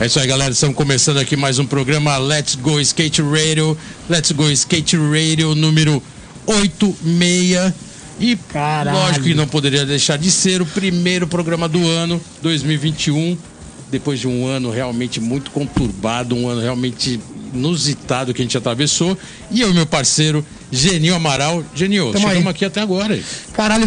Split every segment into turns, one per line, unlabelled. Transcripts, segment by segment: É isso aí, galera. Estamos começando aqui mais um programa Let's Go Skate Radio. Let's Go Skate Radio número 86. E
Caralho.
lógico que não poderia deixar de ser o primeiro programa do ano 2021. Depois de um ano realmente muito conturbado, um ano realmente inusitado que a gente atravessou. E eu e meu parceiro, Genil Amaral. Genil,
Tamo aí.
chegamos aqui até agora. hein?
Caralho,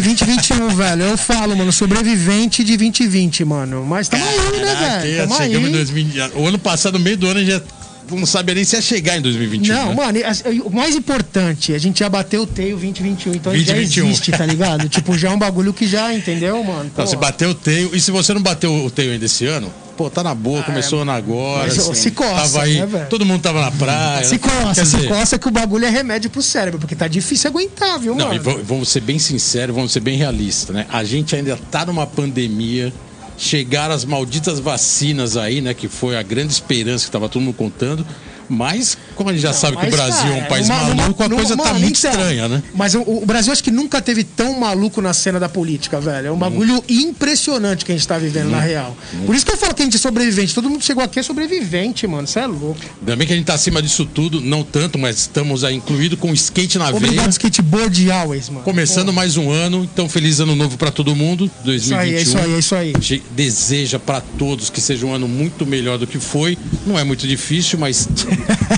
2021, velho. Eu falo, mano, sobrevivente de 2020, mano. Mas tamo aí, né,
Caraca,
velho? Tamo
chegamos em
aí.
2000. um. O ano passado, no meio do ano, a gente já não sabia nem se ia chegar em 2021.
Não,
né?
mano, e as- e o mais importante, a gente já bateu o teio 2021, então ele
2021.
já existe, tá ligado? tipo, já é um bagulho que já, entendeu, mano?
Então,
Pô,
se bateu o teio, e se você não bateu o teio ainda esse ano, pô, tá na boa, começou na agora.
Ah, é.
assim,
mas, ó, se coça,
tava aí,
né, velho?
todo mundo tava na praia.
se coça,
Quer
se
dizer,
coça que o bagulho é remédio pro cérebro, porque tá difícil aguentar, viu,
Não,
mano?
e vamos, vamos ser bem sinceros, vamos ser bem realistas, né? A gente ainda tá numa pandemia. Chegaram as malditas vacinas aí, né? Que foi a grande esperança que tava todo mundo contando. Mas, como a gente já sabe que o
Mas,
Brasil é um
cara,
país
numa- numa-
maluco, a
numa-
coisa tá
mano,
muito
então,
estranha, né?
Mas o, o Brasil acho que nunca teve tão maluco na cena da política, velho. É um bagulho impressionante que a gente tá vivendo, na real. Por isso que eu falo que a gente é sobrevivente. Todo mundo que chegou aqui é sobrevivente, mano. Você é louco.
Ainda bem que a gente tá acima disso tudo, não tanto, mas estamos aí incluído com o skate na veia.
Obrigado, skateboard always, mano.
Começando mais um ano, então feliz ano novo pra todo mundo,
Isso aí,
2021.
é isso aí, é isso aí.
A gente deseja pra todos que seja um ano muito melhor do que foi. Não é muito difícil, mas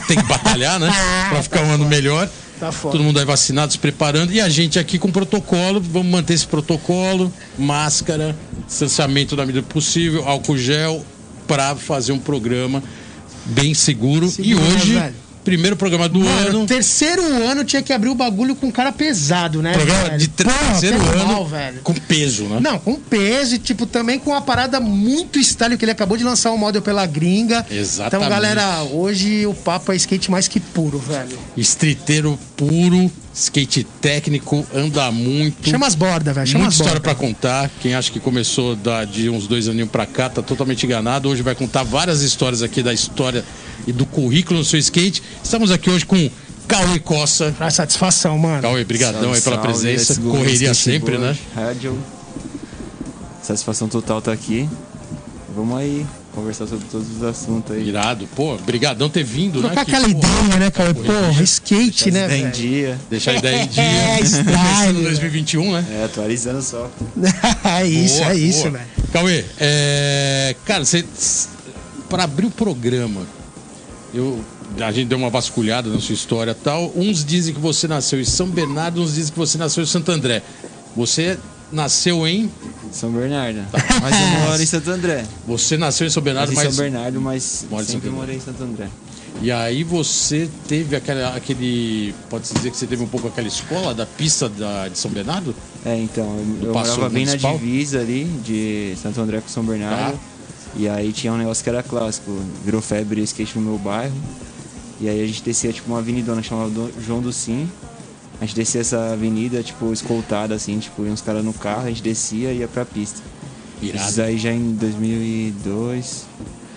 tem que batalhar, né? Pra ficar um ano melhor.
Ah, Tá foda.
Todo mundo aí vacinado, se preparando. E a gente aqui com protocolo, vamos manter esse protocolo, máscara, distanciamento na medida possível, álcool gel, pra fazer um programa bem seguro. e
Seguro, né,
hoje,
velho?
primeiro programa do
Mano,
ano.
terceiro ano tinha que abrir o bagulho com um cara pesado, né?
Programa
velho?
de
Porra,
terceiro
que
ano
mal, velho.
com peso, né?
Não, com peso e, tipo, também com uma parada muito style, que ele acabou de lançar um model pela gringa.
Exatamente.
Então, galera, hoje o papo é skate mais que puro, velho.
Streeteiro puro, skate técnico, anda muito.
Chama as bordas, velho. Chama
Muita
as
história
bordas.
pra contar. Quem acha que começou da- de uns dois aninhos pra cá tá totalmente enganado. Hoje vai contar várias histórias aqui da história e do currículo do seu skate. Estamos aqui hoje com Cauê Costa.
Ah, satisfação, mano.
Cauê, brigadão aí pela presença. Correria sempre, né?
Rádio. Satisfação total tá aqui. Vamos aí conversar sobre todos os assuntos aí.
Irado. Pô, brigadão ter vindo, né?
Trocar
Que,
aquela
pô,
ideia,
Tá
né, Cauê? Porra, skate, né,
Em
velho?
dia.
Deixar a ideia em dia.
É,
Começando
style.
2021, né?
É, atualizando só.
é isso,
Boa,
é isso,
boa.
velho.
Cauê, é, cara, você. Pra abrir o programa, eu, a gente deu uma vasculhada na sua história e tal. Uns dizem que você nasceu em São Bernardo, uns dizem que você nasceu em Santo André. Você nasceu em.
São Bernardo. Mas eu moro em Santo André.
Você nasceu em São
Mas
Bernardo,
em
Tá. mas.
São Bernardo, mas
Moro em São
sempre
Bernardo.
morei em Santo André.
E aí você teve aquela, aquele. Pode-se dizer que você teve um pouco aquela escola da pista da, de São Bernardo?
É, então, eu, eu
passou
morava bem na
municipal?
divisa ali de Santo André com São Bernardo.
Tá.
E aí tinha um negócio que era clássico, virou febre skate no meu bairro. E aí a gente descia tipo uma avenidona que chamava Do- João do Sim. A gente descia essa avenida, tipo, escoltada assim, tipo, ia uns caras no carro, a gente descia e ia pra pista. Isso
Irado.
aí já em 2002.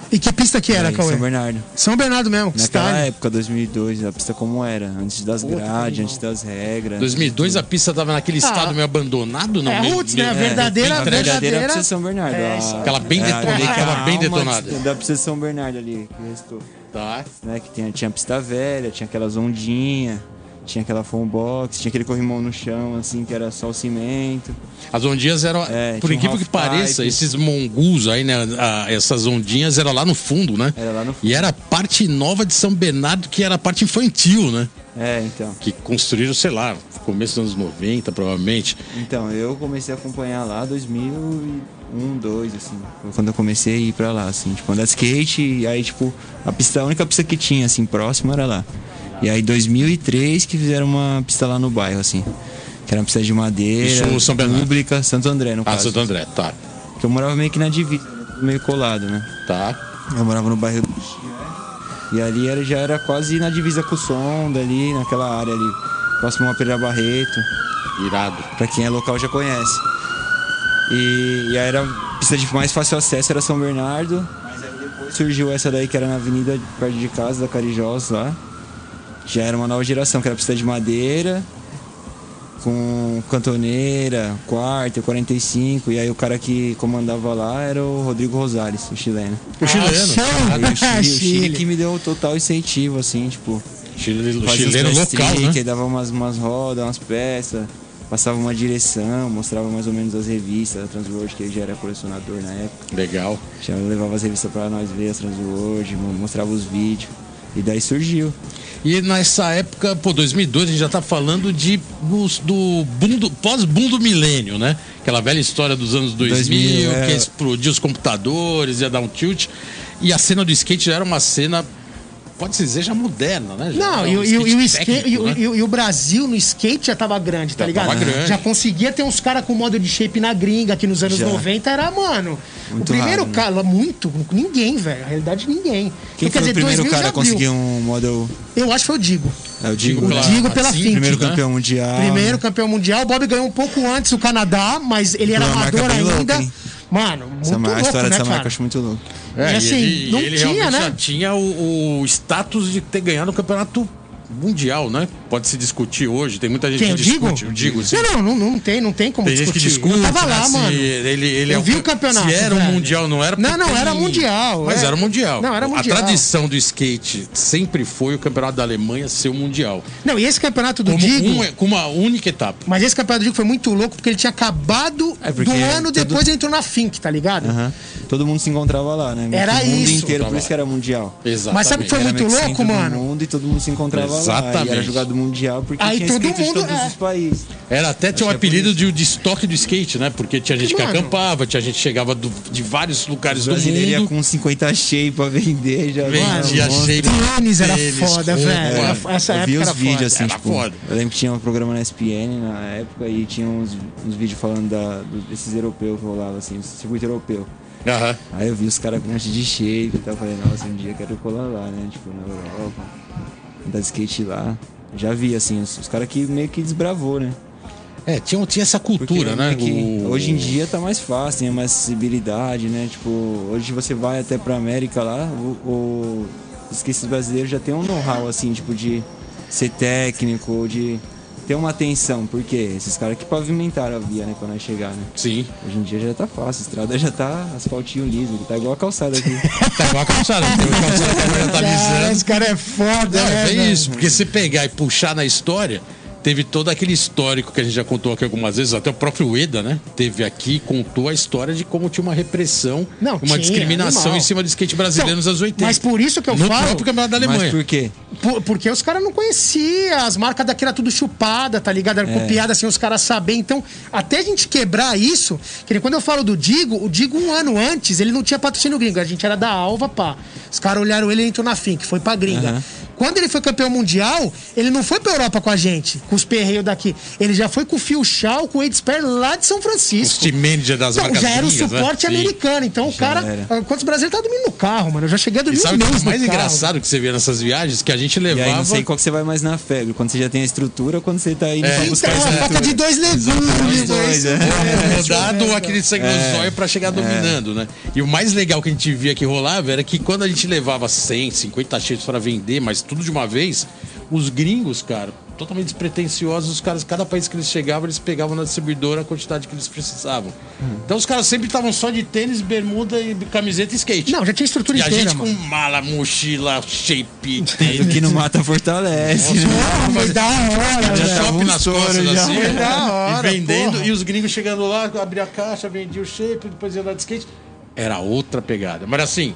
E que pista que
É,
era, é?
aí,
Cauê?
São Bernardo.
São Bernardo mesmo,
Naquela
style.
época, 2002, a pista como era, antes das grades, antes das regras.
2002 a pista tava naquele estado meio abandonado, não?
É,
meio-
roots, né?
meio- é,
Verdadeira,
bem
A
trash.
verdadeira
verdadeira-
precisa São Bernardo.
É,
a-
isso aí.
Aquela bem
a-
detonada,
a-
aquela
a
bem
alma
detonada.
de- é, Da precisa São Bernardo ali, que restou.
Tá.
Né? Que tinha, tinha pista velha, tinha aquelas ondinhas, tinha aquela phonebox, tinha aquele corrimão no chão, assim, que era só o cimento.
As ondinhas eram,
É,
por
tinha um
incrível que
half-pipe.
pareça, esses mongus aí, né? a- essas ondinhas eram lá no fundo, né?
Era lá no fundo.
E era a parte nova de São Bernardo, que era a parte infantil, né?
É, então.
Que construíram, sei lá, no começo dos anos 90, provavelmente.
Então, eu comecei a acompanhar lá 2001, 2, assim. Foi quando eu comecei a ir pra lá, assim. Tipo, andar de skate e aí, tipo, a pista, a única pista que tinha, assim, próxima era lá. E aí, 2003 que fizeram uma pista lá no bairro, assim. Que era uma pista de madeira,
Isso, São Bernardo.
pública, Santo André, no
Ah,
caso.
Santo André, tá.
Que eu morava meio que na divisa. né? meio colado, né?
Tá.
Eu morava no bairro do Chile. E ali era, já era quase na divisa com o Sonda, ali, naquela área ali. Próximo a Pereira Barreto.
Irado.
Pra quem é local já conhece. E, e aí era a pista de mais fácil acesso era São Bernardo. Mas aí depois surgiu essa daí que era na avenida perto de casa da Carijós lá. Já era uma nova geração, que era a pista de madeira, com cantoneira, quarta, 45. E aí o cara que comandava lá era o Rodrigo Rosales, o chileno.
O chileno.
Aí
Ah,
o Chile, o Chile
Chile.
que me deu o total incentivo, assim, tipo.
Chile-
Fazia uns
chileno
joystick,
local, né?
aí dava umas, umas rodas, umas peças, passava uma direção, mostrava mais ou menos as revistas, a Transworld, que ele já era colecionador na época.
Legal.
Já levava as revistas pra nós ver, as Transworld, mo- mostrava os vídeos. E daí surgiu.
Então,
E nessa época, pô, 2002, a gente já tá falando de dos- do, boom do pós-boom do milênio, né? Aquela velha história dos anos 2000,
2000,
que
é.
explodia os computadores, ia dar um tilt. E a cena do skate já era uma cena, pode-se dizer, já moderna, né? Já
Não,
era
e,
um
o- e o- e o
skate
skate- e
técnico,
o-
né?
e o- e o Brasil no skate já tava grande, tá
Já
ligado?
tava grande.
Já conseguia ter uns caras com modo de shape na gringa, que nos anos
Já.
90 era, mano.
Muito
o primeiro
raro, né?
cara, muito, ninguém, velho. Na realidade, ninguém. Então,
Quem foi o primeiro cara a conseguir um model?
Eu acho que foi o Digo.
Eu digo,
Digo
O
Pela-
Digo pela
assim,
Fink.
primeiro
né?
campeão mundial.
Primeiro campeão mundial. O Bob ganhou um pouco antes o Canadá, mas ele era
Uma marca
amador
bem
ainda.
louca, hein?
Mano, muito
Essa, ma- a
louco,
história
né,
dessa marca
cara?
eu acho muito louca.
É,
E
e
assim,
ele,
não
ele
tinha,
realmente
né?
já tinha o, o status de ter ganhado o campeonato mundial, né? Pode se discutir hoje, tem muita gente
Quem,
que
eu digo?
discute. Eu digo, sim.
não, não, não, não tem, não tem como
Tem gente que
discutir.
discute.
eu tava lá,
né, se
mano.
Ele, ele é
Eu vi o campeonato,
Se era um
velho.
mundial, não era
Não,
porque
não, era mundial,
Mas
é.
era mundial.
Não, era mundial.
A tradição do skate sempre foi o campeonato da Alemanha ser o mundial.
Não, e esse campeonato do
Como
Digo.
um- com uma única etapa.
Mas esse campeonato do Digo foi muito louco porque ele tinha acabado
É,
do
porque
ano
todo-
depois ele entrou na Fink, tá ligado?
Aham. Todo mundo se encontrava lá, né?
Era
o mundo
isso.
inteiro, por isso que era mundial.
Exatamente.
Mas sabe o que foi
Era
muito
meio que
louco,
centro do
mano?
mundo e todo mundo se encontrava lá.
Exatamente.
E era jogado mundial porque
Aí
tinha
todo
skate
mundo,
de todos
é.
os países.
Era até tinha um
Acho que é por
apelido
isso.
de, de estoque do skate, né? Porque tinha gente que
Mano.
acampava, tinha gente que chegava do- de vários lugares do
brasileiro ia
mundo.
com 50 cheio pra vender, já
Vendia
um monte.
shape.
Tênis era foda,
roupa.
velho.
É.
Era- Essa
eu vi
época
os
era
vídeos
foda.
assim,
era
tipo,
foda.
eu lembro que tinha um programa na SPN na época e tinha uns, uns vídeos falando da, do- desses europeus que rolavam assim, do circuito europeu.
Aham.
Aí eu vi os caras com um monte de shape e tal, falei, nossa, um dia eu quero colar lá, né? Tipo, na Europa, andar de skate lá. Já vi, assim, os, os caras que meio que desbravou, né?
É, tinha, tinha essa
Porque
cultura, né?
meio que
O-
Hoje em dia tá mais fácil, tem mais acessibilidade, né? Tipo, hoje você vai até pra América lá, o, o os skates brasileiros já tem um know-how, assim, tipo, de ser técnico, ou de ter uma atenção, porque esses caras que pavimentaram a via, né, pra nós chegar, né?
Sim.
Hoje em dia já tá fácil, a estrada já tá asfaltinho liso, tá igual a calçada aqui.
Tá igual a calçada. tem uma calçada que agora tá
Cara,
lisando.
esse cara é foda,
Não,
né?
é
velho?
isso, porque se pegar e puxar na história, teve todo aquele histórico que a gente já contou aqui algumas vezes, até o próprio Eda, né? Teve aqui e contou a história de como tinha uma repressão,
Não,
uma
tinha,
discriminação
animal.
em cima do skate brasileiro
Então,
nos anos 80.
mas por isso que eu
no
falo-
próprio campeonato da Alemanha.
Mas por quê?
Por- porque os caras não conheciam, as marcas daqui era tudo chupada, tá ligado?
É.
Era copiada sem os caras saber. Então, até a gente quebrar isso, que nem quando eu falo do Digo, o Digo um ano antes, ele não tinha patrocínio gringo, a gente era da Alva, pá. Os caras olharam ele e entrou na FINC, foi pra gringa. Quando ele foi campeão mundial, ele não foi pra Europa com a gente, com os perreios daqui. Ele já foi com o Phil Shaw, com o Ed Sperr lá de São
Os
Francisco.
team manager das
Então,
marcas
já era o
gringas, né?
suporte
Sim.
americano. Então, o cara.
era.
Quantos brasileiros tá dormindo no carro, mano? Eu já cheguei
E
a dormir
sabe
um
o que é
mês
o
no
mais
carro.
engraçado que você via nessas viagens? Que a gente
E
levava...
aí não sei qual que você vai mais na febre, quando você já tem a estrutura ou quando você tá indo
É,
pra
então,
buscar
Então,
essa
a falta de dois legumes,
Dois,
dois,
é.
rodado ou aquele
então.
sangue no zóio pra chegar dominando, né? E o mais legal que a gente via que rolava era que quando a gente levava 100, 50 chips pra vender, mas tudo de uma vez, os gringos, cara, totalmente despretensiosos, os caras, cada país que eles chegavam, eles pegavam na distribuidora a quantidade que eles precisavam.
Hum.
Então os caras sempre estavam só de tênis, bermuda e camiseta e skate.
Não, já tinha estrutura
e a
inteira,
gente
mano.
com mala, mochila, shape,
Mas o
tênis.
que não mata fortalece, né?
Ah, mas da hora,
Já
velho.
shopping
um
nas
estouro,
costas,
já.
assim,
Foi
né?
da hora,
e vendendo,
porra.
e os gringos chegando lá, abria a caixa, vendia o shape, depois ia andar de skate. Era outra pegada. Mas assim,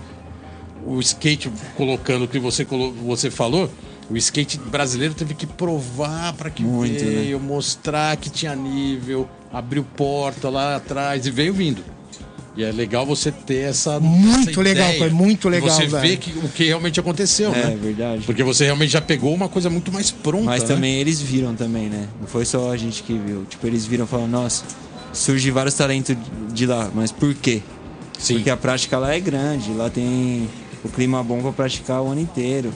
o skate, colocando o que você, colo- você falou, o skate brasileiro teve que provar para que
Muito,
né?
veio, mostrar que tinha nível, abriu porta lá atrás e veio vindo. E é legal você ter essa.
Muito
essa
legal,
ideia.
foi muito
E
legal,
Você vê
velho.
que, o que realmente aconteceu,
É,
né?
verdade.
Porque você realmente já pegou uma coisa muito mais pronta.
Mas
né?
também eles viram também, né? Não foi só a gente que viu. Tipo, eles viram e falaram, nossa, surge vários talentos de lá, mas por quê?
Sim.
Porque a prática lá é grande, lá tem o clima bom pra praticar o ano inteiro.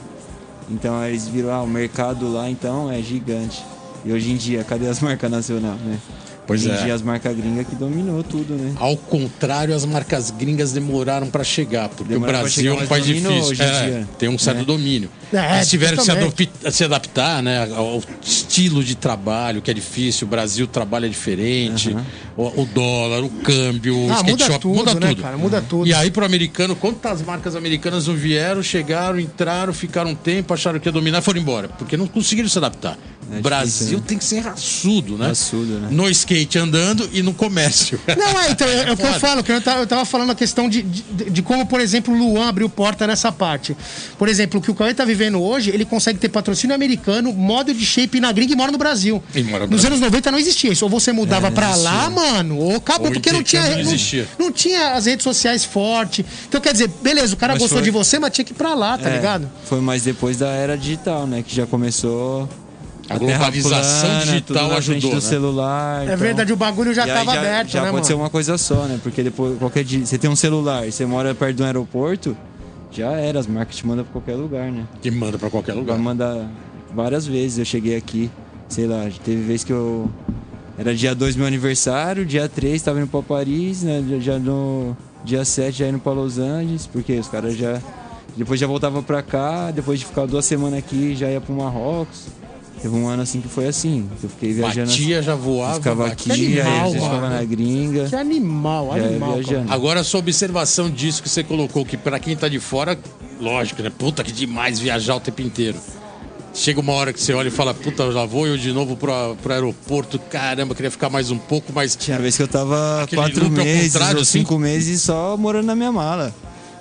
Então aí eles viram, ah, o mercado lá então é gigante. E hoje em dia, cadê as marcas nacionais, né?
Pois
hoje
é.
em dia as marcas gringas que dominou tudo, né?
Ao contrário, as marcas gringas demoraram para chegar, porque o
Demoraram pra
Brasil
chegar,
é um
mas
país
dominou
difícil.
hoje em
É,
dia,
tem um certo
né?
domínio.
É,
Eles tiveram que se,
totalmente.
adop- se adaptar né, ao estilo de trabalho, que é difícil. O Brasil trabalha diferente, o, o dólar, o câmbio, o
Ah,
skate
muda
shop,
tudo,
Um muda
né,
tudo.
cara? Muda tudo.
E aí, pro americano, quantas marcas americanas não vieram, chegaram, entraram, ficaram um tempo, acharam que ia dominar e foram embora, porque não conseguiram se adaptar.
É
O Brasil
difícil, né?
tem que ser raçudo, né?
Raçudo, né?
No skate andando e no comércio.
Não, é, então, é, é o que eu
Foda.
falo, que eu tava, eu tava falando a questão de, de, de como, por exemplo, o Luan abriu porta nessa parte. Por exemplo, o que o Cauê tá vivendo hoje, ele consegue ter patrocínio americano, modo de shape na gringa e mora no Brasil.
E mora no
Nos
Brasil.
anos 90 não existia isso. Ou você mudava pra lá, mano, ou acabou,
Ou
porque não tinha,
intercâmbio não
não,
existia.
não tinha as redes sociais forte. Então, quer dizer, beleza, o cara
Mas
gostou
foi-
de você, mas tinha que ir pra lá, tá
É,
ligado?
Foi mais depois da era digital, né? Que já começou.
A
terra
globalização
plana,
digital
tudo na frente
ajudou,
do
né?
celular. então.
É verdade, o bagulho já
E aí
tava aberto,
já
né,
pode
mano?
ser uma coisa só, né? Porque depois, qualquer dia, você tem um celular, você mora perto de um aeroporto, já era, as marcas te mandam pra qualquer lugar, né?
Que manda pra qualquer lugar.
Vai mandar várias vezes. Eu cheguei aqui, sei lá, teve vez que eu. Era dia 2 meu aniversário, dia 3 tava indo pra Paris, né? Já, já no dia 7 já indo pra Los Angeles, porque os caras já. Depois já voltava pra cá, depois de ficar duas semanas aqui, já ia pro Marrocos. Teve um ano assim que foi assim. Eu fiquei viajando
Batia, já
assim.
voava.
Ficava
batia.
aqui, aí
animal,
às vezes ficava
mano.
na gringa.
Que animal,
Já ia
animal. cara.
viajando.
Agora, sua observação disso que você colocou, que pra quem tá de fora, lógico, né? Puta que demais viajar o tempo inteiro. Chega uma hora que você olha e fala, puta, já vou eu de novo pra, pro aeroporto, caramba, queria ficar mais um pouco, mas.
Tinha vez que eu tava
Aquele
quatro
loop ao
meses
contrário,
ou
assim?
cinco meses só morando na minha mala.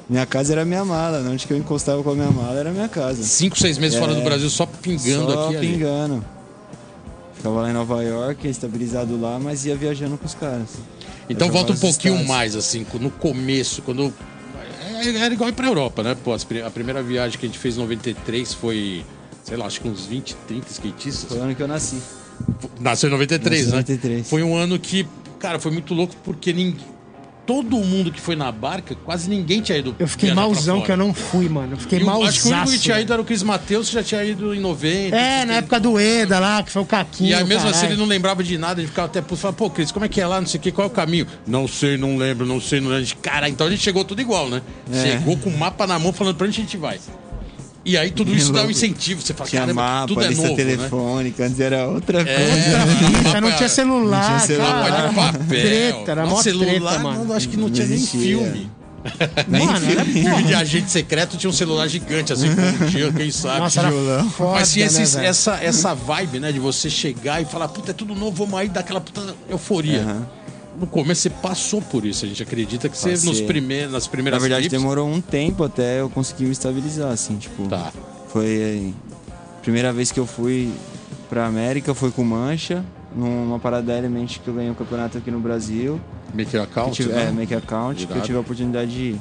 Minha casa era minha mala, onde que eu encostava com a minha mala era minha casa.
Cinco, seis meses fora
É.
do Brasil, só pingando
só
aqui. e ali.
pingando. Ficava lá em Nova York, estabilizado lá, mas ia viajando com os caras.
Então
Viajava
volta um
vários
pouquinho
estados.
mais, assim, no começo, quando. é- Era igual ir pra Europa, né? Pô, as pri- a primeira viagem que a gente fez em 93 foi, sei lá, acho que uns 20, 30 skatistas.
Foi o ano que eu nasci.
Nasceu em 93,
Nasceu em
né?
93.
Foi um ano que, cara, foi muito louco porque ninguém, todo mundo que foi na barca, quase ninguém tinha ido.
Eu fiquei
viajar pra
malzão
fora.
que eu não fui, mano. Eu fiquei
E o-
malzão.
Acho que o único que tinha ido era o Cris Matheus, que já tinha ido em 90.
É, na época do Eda lá, que foi o Caquinho.
E aí, mesmo assim,
caralho.
ele não lembrava de nada, ele ficava até puto, falava, pô, Cris, como é que é lá, não sei o que, qual é o caminho? Não sei, não lembro, não sei, não lembro. A gente, Cara, então a gente chegou tudo igual, né?
É.
Chegou com o mapa na mão, falando pra onde a gente vai. E aí, tudo
É
isso dá um
louco.
incentivo, você fala,
Tinha
caramba,
mapa,
tudo é
lista
novo, né?
telefônica, antes era outra coisa.
É,
Mas não tinha celular,
Não tinha celular.
Mapa de
cara.
papel.
Treta, era mó
Nossa, celular,
treta, mano.
não, acho que não, tinha nem
existia.
filme.
Nem
Mano, era
filme.
Filme de agente secreto tinha um celular gigante, assim, com um dia, quem sabe.
Nossa, era
Violão.
foda,
Mas tinha
né,
esses-
velho?
essa, essa vibe, né, de você chegar e falar, puta, é tudo novo, vamos aí, dar aquela puta euforia.
Aham.
No começo você passou por isso, a gente acredita que você,
Passei.
nos primeiros, nas
Na
primeiras
verdade,
clipes-
demorou um tempo até eu conseguir me estabilizar, assim, tipo.
Tá.
Foi a primeira vez que eu fui pra América, foi com mancha, numa parada da Element que eu ganhei o campeonato aqui no Brasil.
Make your
Que
account,
tive,
né?
é, make account, que eu
Irado.
tive a oportunidade de ir.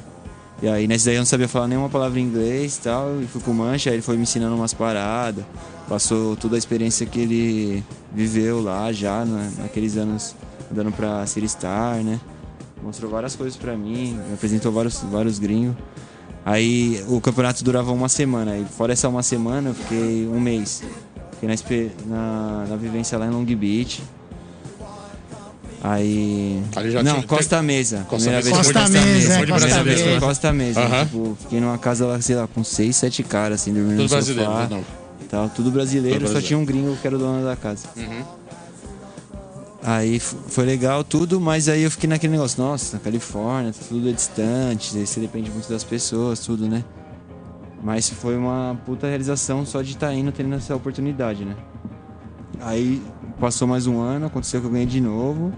E aí, nesse daí eu não sabia falar nenhuma palavra em inglês e tal, e fui com mancha, aí ele foi me ensinando umas paradas, passou toda a experiência que ele viveu lá já, na- naqueles anos andando pra Siristar, né? Mostrou várias coisas pra mim, me apresentou vários, vários gringos. Aí o campeonato durava uma semana, e fora essa uma semana eu fiquei um mês. Fiquei na, espe- na, na vivência lá em Long Beach. Aí.
Ali já
não,
tinha-
Costa Mesa.
Costa
Primeira
Mesa
vez
foi
que eu fui
Costa Mesa, é,
Foi de
Costa
primeira vez que eu fui
Mesa.
Costa Mesa.
Aham.
Tipo, fiquei numa casa lá, sei lá, com seis, sete caras, assim, dormindo
Tudo
no
brasileiro, né,
sofá.
não.
Tal, tudo brasileiro,
Tudo
só
brasileiro. Uhum.
tinha um gringo que era o dono da casa. Aí f- foi legal tudo, mas aí eu fiquei naquele negócio, nossa, tá Califórnia, tudo é distante, aí você depende muito das pessoas, tudo, né? Mas foi uma puta realização só de estar indo tendo essa oportunidade, né? Aí passou mais um ano, aconteceu que eu ganhei de novo.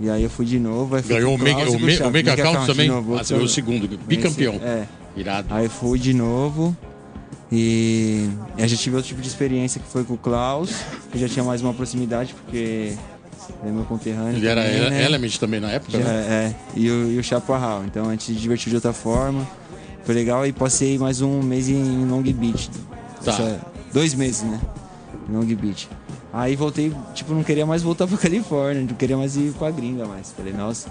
E aí eu fui de novo. Aí fui
Ganhou o
pro
Make,
Klaus e
o
pro
Make,
Chaves.
o make Account,
de
também.
novo,
Ah, você foi o
outro-
segundo, bicampeão.
É.
Irado.
Aí fui de novo. E eu já tive outro tipo de experiência que foi com o Klaus, que já tinha mais uma proximidade, porque ele é meu conterrâneo.
Ele era é
também,
ele-
né?
Element também na época,
Já,
né?
é, e o, e o Chaparral. Então a gente se divertiu de outra forma. Foi legal e passei mais um mês em Long Beach.
Tá.
dois meses, né? Em Long Beach. Aí voltei, tipo, não queria mais voltar pra Califórnia, não queria mais ir pra gringa mais. Falei, nossa,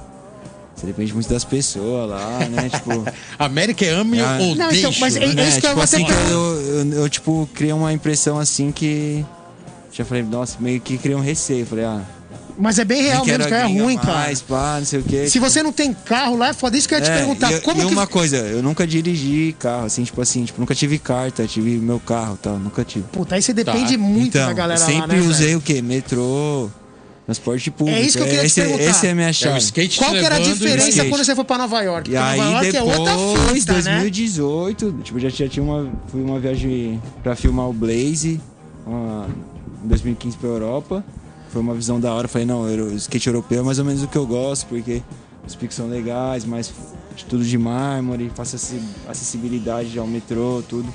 Você depende muito das pessoas lá, né? tipo.
América é ame
Ah.
ou
Não,
deixe.
então, mas é-
né?
né?
isso que eu
tipo
vou
assim,
tentar.
que eu, eu- eu, tipo, criei uma impressão assim que. Já falei, nossa, meio que criei um receio. Falei, ah.
Mas é bem real
nem quero
mesmo, cara. É
gringa
ruim, cara.
mais, Pá, não sei o quê.
Se você não tem carro lá, é foda. Isso que eu ia te
É,
perguntar.
e,
como
e
que.
uma coisa, eu nunca dirigi carro, assim, tipo assim, tipo, nunca tive carta, tive meu carro e tal, nunca tive.
Puta, aí você depende muito
então,
da galera
eu
lá,
sempre
né?
usei
velho? É
o quê? Metrô, transporte público.
isso que eu queria te
esse,
perguntar.
esse é a minha
É o
chave.
skate
Qual que era a
levando e o
diferença
skate.
skate.
quando você foi pra Nova York?
E
Porque
aí
Nova York
depois,
é outra fita, né?
2018, tipo, já tinha, tinha uma, fui uma viagem pra filmar o Blaze, uma- em 2015 pra Europa. Foi uma visão da hora, falei, não, euro- skate europeu é mais ou menos o que eu gosto, porque os picos são legais, mais de tudo de mármore, fácil acessi- acessibilidade ao metrô, tudo.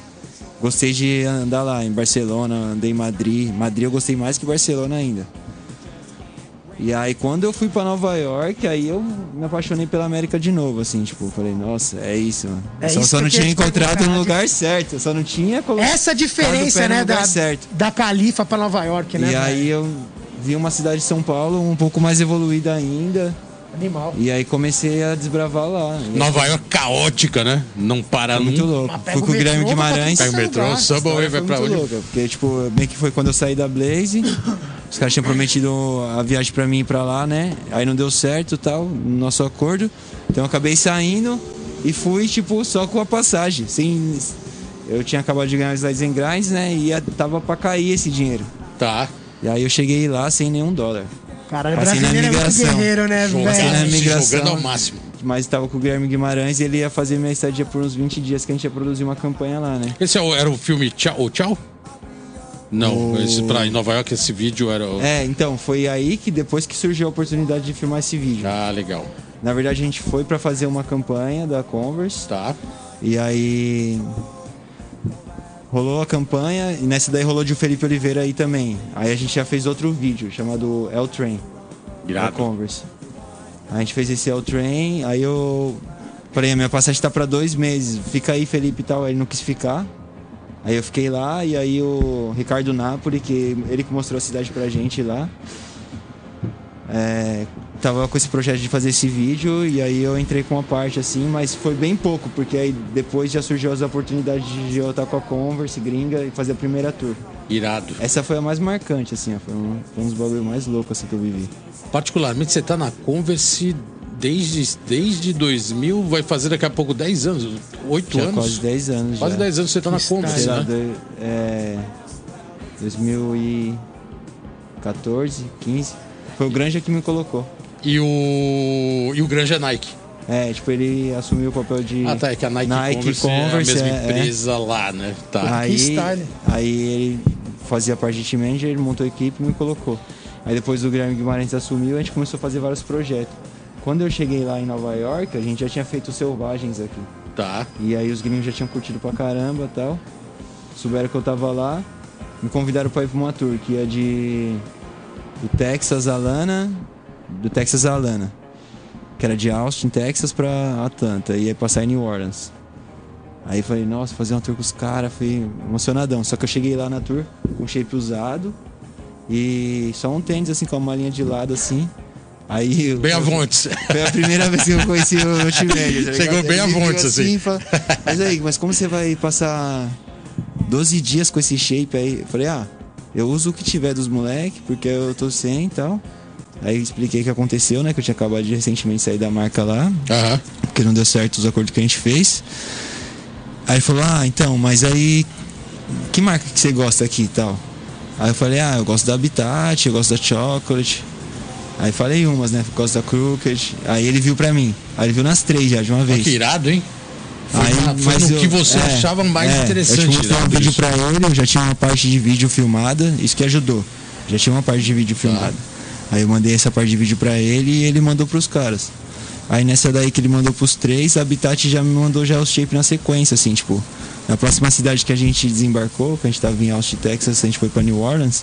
Gostei de andar lá em Barcelona, andei em Madrid. Madrid eu gostei mais que Barcelona ainda. E aí quando eu fui pra Nova York, aí eu me apaixonei pela América de novo, assim, tipo, eu falei, nossa, é isso, mano.
É
Eu só,
isso
só
que eu
não
queria
tinha
te
encontrado
perguntar,
no lugar certo, eu só não tinha colocado
Essa
o
diferença,
tá pé no
né?
lugar
Da,
certo.
da Califa pra Nova York, né?
E aí
velho?
eu vi uma cidade de São Paulo um pouco mais evoluída ainda,
Animal.
e aí comecei a desbravar lá. E
Nova York caótica, né? Não para
é muito
nunca.
louco.
Mas pega
Fui
o
com o Guilherme
metrô, vai pra
Guimarães.
tudo
Pega o metrô,
lugar.
o subway, vai
Foi
pra
muito
onde?
louca, porque, tipo, meio que foi quando eu saí da Blaze. Os caras tinham prometido a viagem pra mim ir pra lá, né? Aí não deu certo e tal, no nosso acordo. Então eu acabei saindo e fui, tipo, só com a passagem. Sem... Eu tinha acabado de ganhar os Slides and Grinds, né? E ia- tava pra cair esse dinheiro.
Tá.
E aí eu cheguei lá sem nenhum dólar.
Caralho,
Assim, na
brasileiro é muito
migração.
guerreiro, né,
Jogando,
Assim,
velho?
na
tá se
migração.
jogando ao máximo.
Mas tava com o Guilherme Guimarães e ele ia fazer minha estadia por uns 20 dias que a gente ia produzir uma campanha lá, né?
Esse é o- era o filme Tchau? o Tchau? Não,
O-
esse pra em Nova York esse vídeo era. o-
É, então, foi aí que depois que surgiu a oportunidade de filmar esse vídeo.
Ah, legal.
Na verdade, a gente foi pra fazer uma campanha da Converse.
Tá.
E aí. Rolou a campanha, e nessa daí rolou de o Felipe Oliveira aí também. Aí a gente já fez outro vídeo chamado El Train da
Irado.
Converse. A gente fez esse El Train, aí eu falei: a minha passagem tá pra dois meses, fica aí Felipe e tal. Aí ele não quis ficar. Aí eu fiquei lá, e aí o Ricardo Napoli, que ele que mostrou a cidade pra gente lá. É, tava com esse projeto de fazer esse vídeo e aí eu entrei com uma parte assim, mas foi bem pouco, porque aí depois já surgiu as oportunidades de eu estar com a Converse gringa e fazer a primeira tour.
Irado.
Essa foi a mais marcante, assim, ó, foi um, foi um dos bagulho mais loucos assim, que eu vivi.
Particularmente, você tá na Converse desde, desde 2000, vai fazer daqui a pouco 10 anos, 8
Já
anos.
quase é. 10 anos.
Quase
já.
10 anos você tá na
Está,
Converse,
Sei lá,
né?
do- é, 2014, 15. Foi o Granja que me colocou.
E o, e o Granja Nike.
É, tipo, ele assumiu o papel de.
Ah, tá. É que a Nike, Converse, é a mesma
é, é.
empresa lá, né? Tá.
Aí,
style.
aí ele fazia parte de team manager, ele montou a equipe e me colocou. Aí depois o Guilherme Guimarães assumiu, a gente começou a fazer vários projetos. Quando eu cheguei lá em Nova York, a gente já tinha feito os Selvagens aqui.
Tá.
E aí os gringos já tinham curtido pra caramba e tal. Souberam que eu tava lá, me convidaram pra ir pra uma tour que ia de. do Texas a Lana. do Texas a Lana. Que era de Austin, Texas pra Atlanta. E aí passar em New Orleans. Aí falei, nossa, fazer uma tour com os caras, fui emocionadão. Só que eu cheguei lá na tour com um shape usado e só um tênis assim com uma linha de lado assim. Aí eu-
Bem avontes.
foi a primeira vez que eu conheci o meu time manager. tá ligado?
Chegou bem
Ele
à
me viu
vontade, assim.
fala, mas aí, mas como você vai passar 12 dias com esse shape aí? Eu falei, ah, eu uso o que tiver dos moleques, porque eu tô sem e tal. Aí eu expliquei o que aconteceu, né? Que eu tinha acabado de recentemente sair da marca lá,
Aham.
porque não deu certo os acordos que a gente fez. Aí ele falou, ah, então, mas aí. Que marca que você gosta aqui e tal? Aí eu falei, ah, eu gosto da Habitat, eu gosto da Chocolate. Aí falei umas, né? Gosto da Crooked. Aí ele viu pra mim. Aí ele viu nas três já, de uma vez.
Que irado, hein?
Aí,
na- foi
mas
no
eu-
que você
é,
achava mais
é, Eu
interessante.
tinha mostrado um
né,
vídeo
Bruce?
pra ele, eu já tinha uma parte de vídeo filmada, isso que ajudou. Já tinha uma parte de
Tá.
vídeo filmada. Aí eu mandei essa parte de vídeo pra ele e ele mandou pros caras. Aí nessa daí que ele mandou pros três, a Habitat já me mandou já os shape na sequência, assim, tipo. Na próxima cidade que a gente desembarcou, que a gente tava em Austin, Texas, a gente foi pra New Orleans,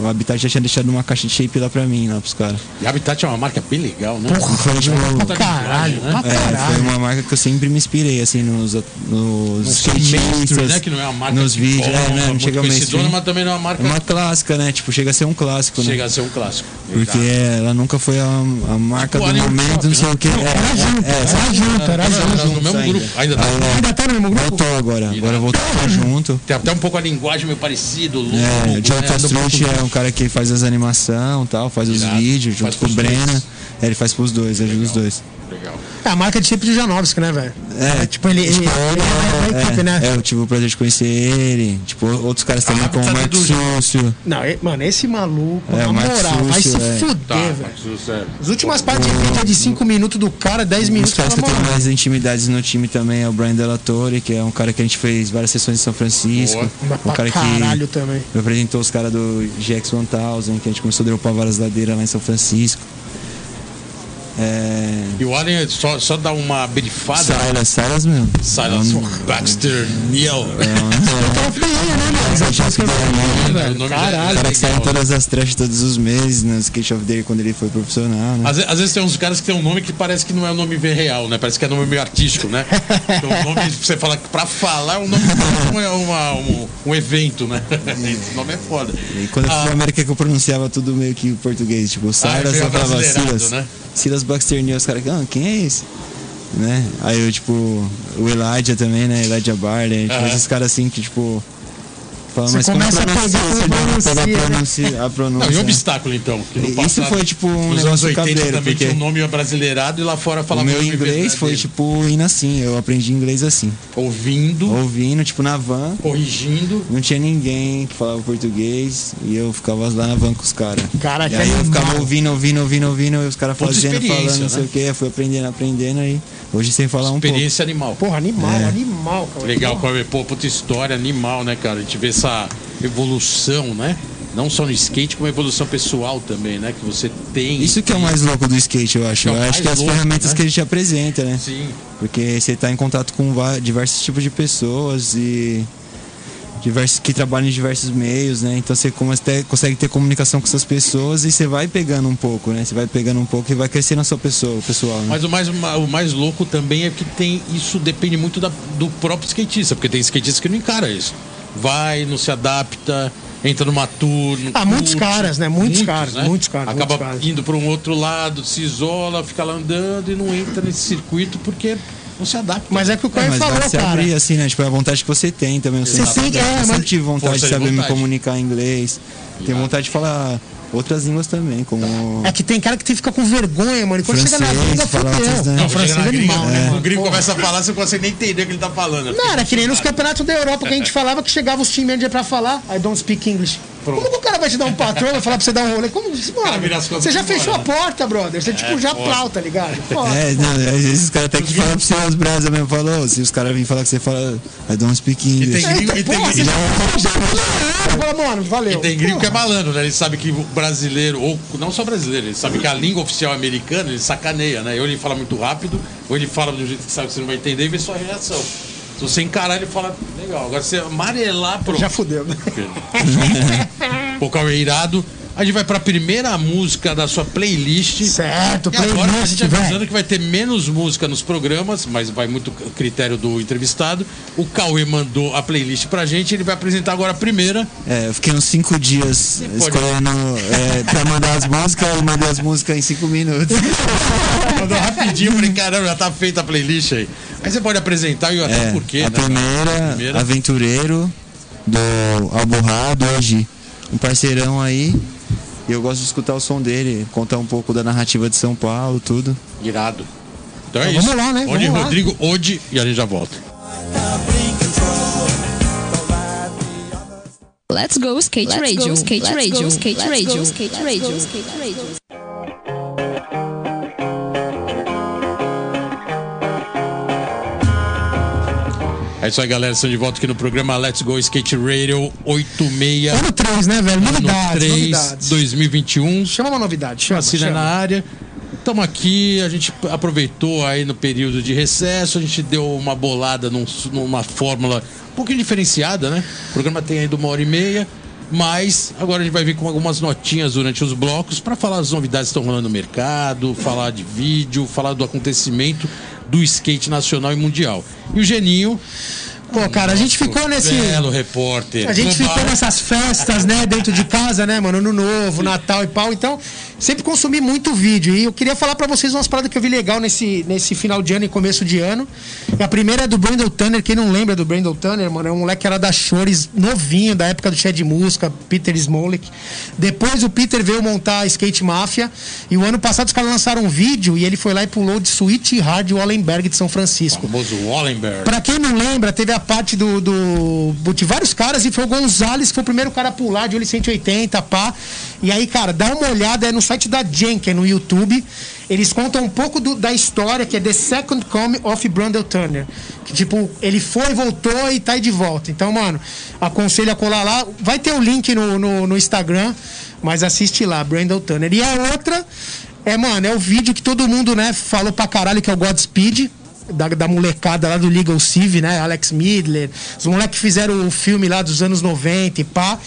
O Habitat já tinha deixado uma caixa de shape lá pra mim, lá pros caras.
E Habitat é uma marca bem legal, né?
E foi, tipo,
Pra caralho, pra
é, foi
caralho.
uma marca que eu sempre me inspirei, assim, nos, nos skatistas,
né? Que não é uma marca
Um nos
de
vídeos,
bomba,
é, né? Não
muito
chega ao
conhecidona,
mainstream.
mas também não é uma
É
marca
uma clássica, né? Tipo, chega a ser um clássico,
que chega
né?
a ser um clássico.
Porque é
Exato.
ela nunca foi a, a marca
Tipo,
do
Animal
momento,
Shop,
não sei o quê. É,
Era junto,
é,
era junto, era
Era
junto.
Tá, no mesmo
ainda. É,
grupo, ainda tá.
Aí, ó,
Ainda tá no mesmo grupo?
Voltou agora, agora voltou junto.
Tem até um pouco a linguagem meio parecida, louco.
É, o
né?
Jonathan
Do
Struth é um cara que faz as animações e tal, faz os
Irado.
vídeos
Faz
junto com
pros
o Brenna.
dois.
É, ele faz pros dois, ajuda os dois.
Legal.
É a marca de shape do Janowski, né, velho?
É,
Tipo, ele, ele, ele é da equipe, né?
É, eu tive o prazer de conhecer ele. Tipo, outros caras também,
Ah,
como o
tá
Mark
do Jonathan.
Súcio.
Não, e- mano, esse maluco,
É,
na
o Marcos
moral, vai
Súcio,
se
é.
fuder,
Tá,
velho.
mas isso é-
As últimas partes de vídeo é de 5 minutos do cara, 10
Um dos
minutos, tá
caras que eu
fala,
tenho
mano,
mais intimidades no time também é o Brian Della Torre, que é um cara que a gente fez várias sessões em São Francisco.
Boa.
Mas
Um
pra
cara
caralho
que
também.
representou os caras do GX1000, que a gente começou a dropar várias ladeiras lá em São Francisco. É...
E o Alien só, só Ah, dá uma brifada.
Silas, Silas mesmo.
Silence
Hum.
Baxter Neal.
É.
Tá feio, né, mano?
Cara, o nome já- já
O
é
cara que sai em
legal.
todas as trashes todos os meses, no Skate of the Day, quando ele foi profissional, né?
Às, ve- às vezes tem uns caras que tem um nome que parece que não é um nome real, né? Parece que é nome meio artístico, né? Então, o nome, você fala que pra falar é um nome não é uma- um, um evento, né? Esse nome é foda.
E quando
Ah.
eu fui pra América que eu pronunciava tudo meio que em português, tipo, Silas,
veio
eu falava
brasileirado,
Silas.
né?
Silas Baxter News, os caras, ah, quem é esse? Né? Aí eu, tipo, o Elijah também, né? Elijah Barley, tipo,
Aham.
esses caras assim que, tipo, falam,
Você
mas como
começa a
pronuncia?
pegar
Você
como
não pega
pronuncia, né?
a pronúncia, a
Não,
pronúncia.
e
né?
obstáculo, então. que no
Isso
passado,
foi, tipo, um
Nos anos
negócio
80
cabreiro,
também
porque-
tinha um nome brasileirado e lá fora
O
falava um
meu
nome
inglês foi,
verdadeiro.
tipo, indo assim. Eu aprendi inglês assim.
Ouvindo,
Ouvindo, tipo, na van.
corrigindo.
Não tinha ninguém que falava português e eu ficava lá na van com os caras.
Cara,
e
que
aí eu
animal.
ficava ouvindo, ouvindo, ouvindo, ouvindo, e os caras
Puta
fazendo,
experiência,
falando, não sei
né?
o que. Eu fui aprendendo, aprendendo aí. Hoje sem falar um pouco.
Experiência animal.
Porra, animal,
É.
animal, cara.
Legal, Cauê. Pô, puta história animal, né, cara? A gente vê essa evolução, né? Não só no skate, como a evolução pessoal também, né? Que você tem.
Isso que é o mais louco do skate, eu acho.
É o
Eu
mais
acho que é as
louco,
ferramentas
né?
que ele te apresenta, né?
Sim.
Porque você tá em contato com va- diversos tipos de pessoas e diversos que trabalham em diversos meios, né? Então você começa a ter- consegue ter comunicação com essas pessoas e você vai pegando um pouco, né? Você vai pegando um pouco e vai crescendo a sua pessoa, o pessoal. Né?
Mas o mais, o mais louco também é que tem. Isso depende muito da- do próprio skatista, porque tem skatista que não encara isso. Vai, não se adapta, entra numa tour. não
Ah, muitos caras, né? Muitos caras, muitos caras,
Acaba
muitos caras.
indo para um outro lado, se isola, fica lá andando e não entra nesse circuito porque não se adapta.
Mas é que o
É,
Caio
mas
falou,
vai se
cara.
abrir, assim, né? Tipo, é a vontade que você tem também. Você
Você tem- é,
eu
mas-
sempre tive vontade
Força
de
de
saber me
vontade.
comunicar em inglês. Tenho
Irado.
vontade de falar outras línguas também, como...
É que tem cara que tem- fica com vergonha, mano. E quando chega na
Francês,
vida,
falar outras,
fudeu.
né?
Não, francês é animal, né,
O
mano?
gringo começa a falar, você não consegue nem entender o que ele tá falando.
Não, era que nem nos campeonatos da Europa que a gente falava que chegava os team manager pra falar, I don't speak English. Como que o cara vai te dar um patrão, vai falar pra você dar um rolê? Como mano,
vira as costas
Você já
e vai
fechou a
embora,
porta, brother. Você tipo já
É, foda.
plau, tá ligado? Foda.
É, não, esses caras têm que falar pra você os brasas mesmo. Falou, se os caras virem falar que você fala, I don't speak English.
tem-
Eita,
e
porra, você
e
já fala, mano, valeu.
E tem gringo que é
Porra.
malandro, né? Ele sabe que o brasileiro, ou não só brasileiro, ele sabe que a língua oficial americana, ele sacaneia, né? Ou ele fala muito rápido, ou ele fala do jeito que sabe que você não vai entender e vê sua reação. Se você encarar, ele fala, legal. Agora se você amarelar, pronto.
Já fudeu, né?
Pô, Cauê, é irado. A gente vai pra primeira música da sua playlist.
Certo,
E agora a
playlist,
gente avisando
velho.
que vai ter menos música nos programas, mas vai muito c- critério do entrevistado. O Cauê mandou a playlist pra gente, ele vai apresentar agora a primeira.
É, eu fiquei uns cinco dias
pode-
escolhendo é, pra mandar as músicas, eu mandei as músicas em cinco minutos.
Mandou rapidinho, eu falei, caramba, já tá feita a playlist aí. Aí você pode apresentar e até
É,
por quê, né?
a
um-
cara?
primeira,
Primeira.
Aventureiro, do Alborrado, hoje um parceirão aí. E eu gosto de escutar o som dele, contar um pouco da narrativa de São Paulo, tudo.
Irado. Então é
Então
isso.
vamos lá, né?
Onde
Vamos lá.
Rodrigo, Ode e a gente já volta.
Let's go skate radio. skate radio. skate radio. skate radio.
É isso aí, galera. Estamos de volta aqui no programa Let's Go Skate Radio 86.
Ano 3, né, velho?
Ano
Novidades,
3,
novidades.
2021.
Chama uma novidade, chama,
Vacina na
é chama.
área. Estamos aqui, a gente aproveitou aí no período de recesso, a gente deu uma bolada num- numa fórmula um pouquinho diferenciada, né? O programa tem ainda uma hora e meia. Mas agora a gente vai vir com algumas notinhas durante os blocos para falar as novidades que estão rolando no mercado, falar de vídeo, falar do acontecimento do skate nacional e mundial. E o Geninho.
Pô, cara, a gente ficou nesse.
Belo repórter.
A gente
global.
ficou nessas festas, né, dentro de casa, né, mano, Ano Novo, Natal e pau. Então, sempre consumi muito vídeo. E eu queria falar pra vocês umas paradas que eu vi legal nesse, nesse final de ano e começo de ano. E a primeira é do Brandon Turner. Quem não lembra do Brandon Turner, mano, é um moleque que era da Chores, novinho, da época do Chad Musca, Peter Smolik. Depois o Peter veio montar a Skate Mafia. E o ano passado os caras lançaram um vídeo e ele foi lá e pulou de Sweet Hard Wallenberg de São
O
Francisco.
famoso Wallenberg.
Pra quem não lembra, teve a parte do, do- de vários caras e foi o Gonzalez que foi o primeiro cara a pular de olho 180, pá. E aí, cara, dá uma olhada é no site da Jenken no YouTube. Eles contam um pouco do- da história que é The Second Coming of Brandel Turner. Que, tipo, ele foi, voltou e tá aí de volta. Então, mano, aconselho a colar lá. Vai ter o link no, no, no Instagram, mas assiste lá, Brandel Turner. E a outra é, mano, é o vídeo que todo mundo, né, falou pra caralho que é o Godspeed da, da molecada lá do Legal Civ, né? Alex Midler. Os moleques fizeram o filme lá dos anos 90 e pá.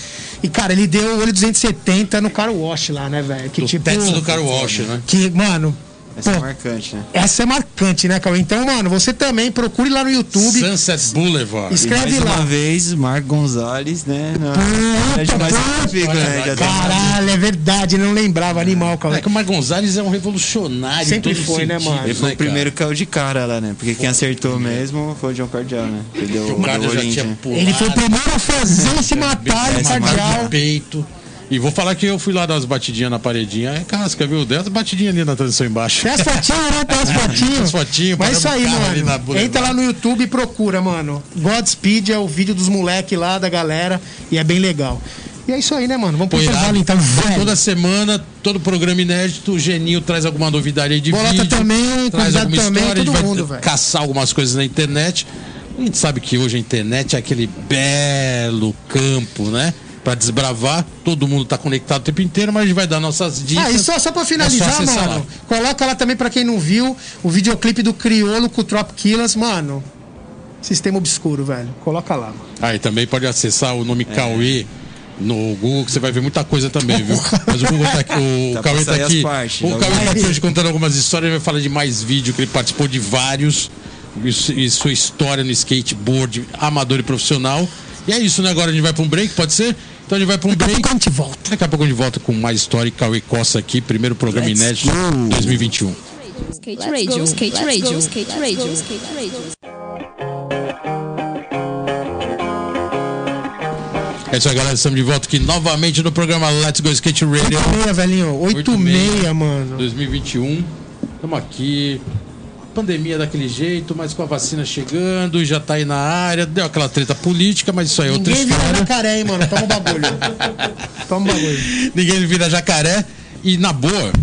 E, cara, ele deu o olho 270 no Car Wash lá, né, velho? Que
do
tipo.
teto do car wash, né?
Que, mano.
Essa é
pô,
marcante, né?
essa é marcante, né, Cauê? Então, mano, você também procure lá no YouTube.
Sunset Boulevard.
E
Escreve
mais
lá.
uma vez, Marco Gonzalez, né? Na...
Puta,
É
a gente mais
puta.
fica, né? Já tem-
Caralho, é verdade, não lembrava. Animal,
É
Cauê.
que o Mar Gonzalez é um revolucionário. em
Sempre
todos os
foi, né,
sentidos,
mano?
Ele foi o
cara?
primeiro que caiu de cara lá, né? Porque quem acertou mesmo foi o John Cardial, né? Ele deu
O cara
deu
já
olhinho,
tinha
né?
pulado.
Ele foi o primeiro a fazer se matar e
Essa é
cardeal.
Marca de peito. E vou falar que eu fui lá dar umas batidinhas na paredinha. É casca, viu? Deu umas batidinhas ali na transição embaixo.
Tem as fotinhas, né? Tem as fotinhas.
Tem as fotinhas,
Mas é isso aí,
paramos o carro ali na
mano.
Boulevard.
Entra lá no YouTube e procura, mano. Godspeed é o vídeo dos moleques lá, da galera. E é bem legal. E é isso aí, né, mano? Vamos pro
Foi
intervalo, então, velho.
Toda semana, todo programa inédito, o Geninho traz alguma novidade aí de
Bolota
vídeo.
também,
traz
convidado
alguma
também,
história, a gente
todo
vai
mundo, velho.
caçar algumas coisas na internet. A gente sabe que hoje a internet é aquele belo campo, né? Pra desbravar, todo mundo tá conectado o tempo inteiro, mas a gente vai dar nossas dicas.
Ah, e só, só pra
É
finalizar,
só acessar
mano, coloca lá também pra quem não viu o videoclipe do Criolo com o Trop Killers, mano. Sistema obscuro, velho. Coloca lá, mano.
Aí Ah, também pode acessar o nome Cauê no Google, que você vai ver muita coisa também, viu? Mas o Google tá aqui, o
Dá pra
Cauê tá
sair as
aqui.
partes,
o
dá
Cauê
pra-
tá aqui hoje contando algumas histórias, ele vai falar de mais vídeo, que ele participou de vários, e su- e sua história no skateboard amador e profissional. E é isso, né? Agora a gente vai pra um break, pode ser? Então a gente vai pra um
Daqui a
break.
pouco a gente volta.
Daqui a pouco a gente volta com mais história e Cauê Costa aqui, primeiro programa
Let's
inédito
go.
2021.
Skate Radio, Skate Radio, Skate Radio, Skate Radio.
É isso aí, galera. Estamos de volta aqui novamente no programa Let's Go Skate Radio.
8h30, velhinho. 8h30, mano.
2021. Estamos um. aqui. Pandemia daquele jeito, mas com a vacina chegando, já tá aí na área, deu aquela treta política, mas isso aí é outra
Ninguém vira
história.
jacaré, hein, mano. Toma um bagulho. Toma um bagulho.
Ninguém vira jacaré. E na boa,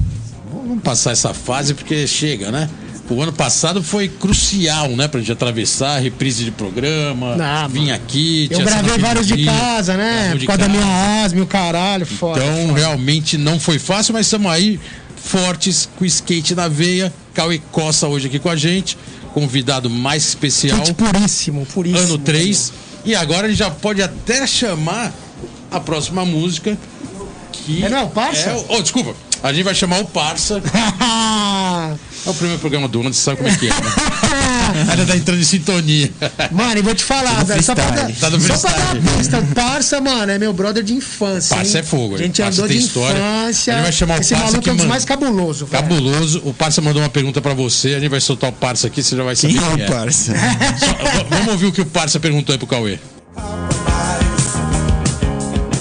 vamos passar essa fase porque chega, né? O ano passado foi crucial, né? Pra gente atravessar, reprise de programa,
Ah,
vim
mano.
aqui.
Eu
tinha essa
gravei vários de
pandemia,
casa, né?
gravou um de
Por causa da
casa.
minha asma, e o caralho, foda.
Então, realmente não foi fácil, mas estamos aí fortes com o skate na veia. Cauê Costa hoje aqui com a gente, convidado mais especial,
Gente, puríssimo, puríssimo.
Então, ano 3. E agora a gente já pode até chamar a próxima música. Que
É, não, o Parça?
é o- oh, desculpa. A gente vai chamar o Parça.
Ah,
É o primeiro programa do ano, você sabe como é que é. Né? Ela tá entrando em sintonia.
mano, e vou te falar,
no
velho. Só pra, dar,
freestyle.
Tá no
só pra dar
freestyle.
uma pista. O Parça, mano, é meu brother de infância. hein?
Parça é fogo,
A gente
Parça
andou
tem
de
história.
infância.
A gente vai chamar o
Esse
Parça
maluco
que
é um dos
manda.
mais cabuloso, velho.
Cabuloso. O Parça mandou uma pergunta pra você. A gente vai soltar o Parça aqui, você já vai saber
Quem
quem
é
é.
o parça?
Só- v- vamos ouvir o que o Parça perguntou aí pro Cauê.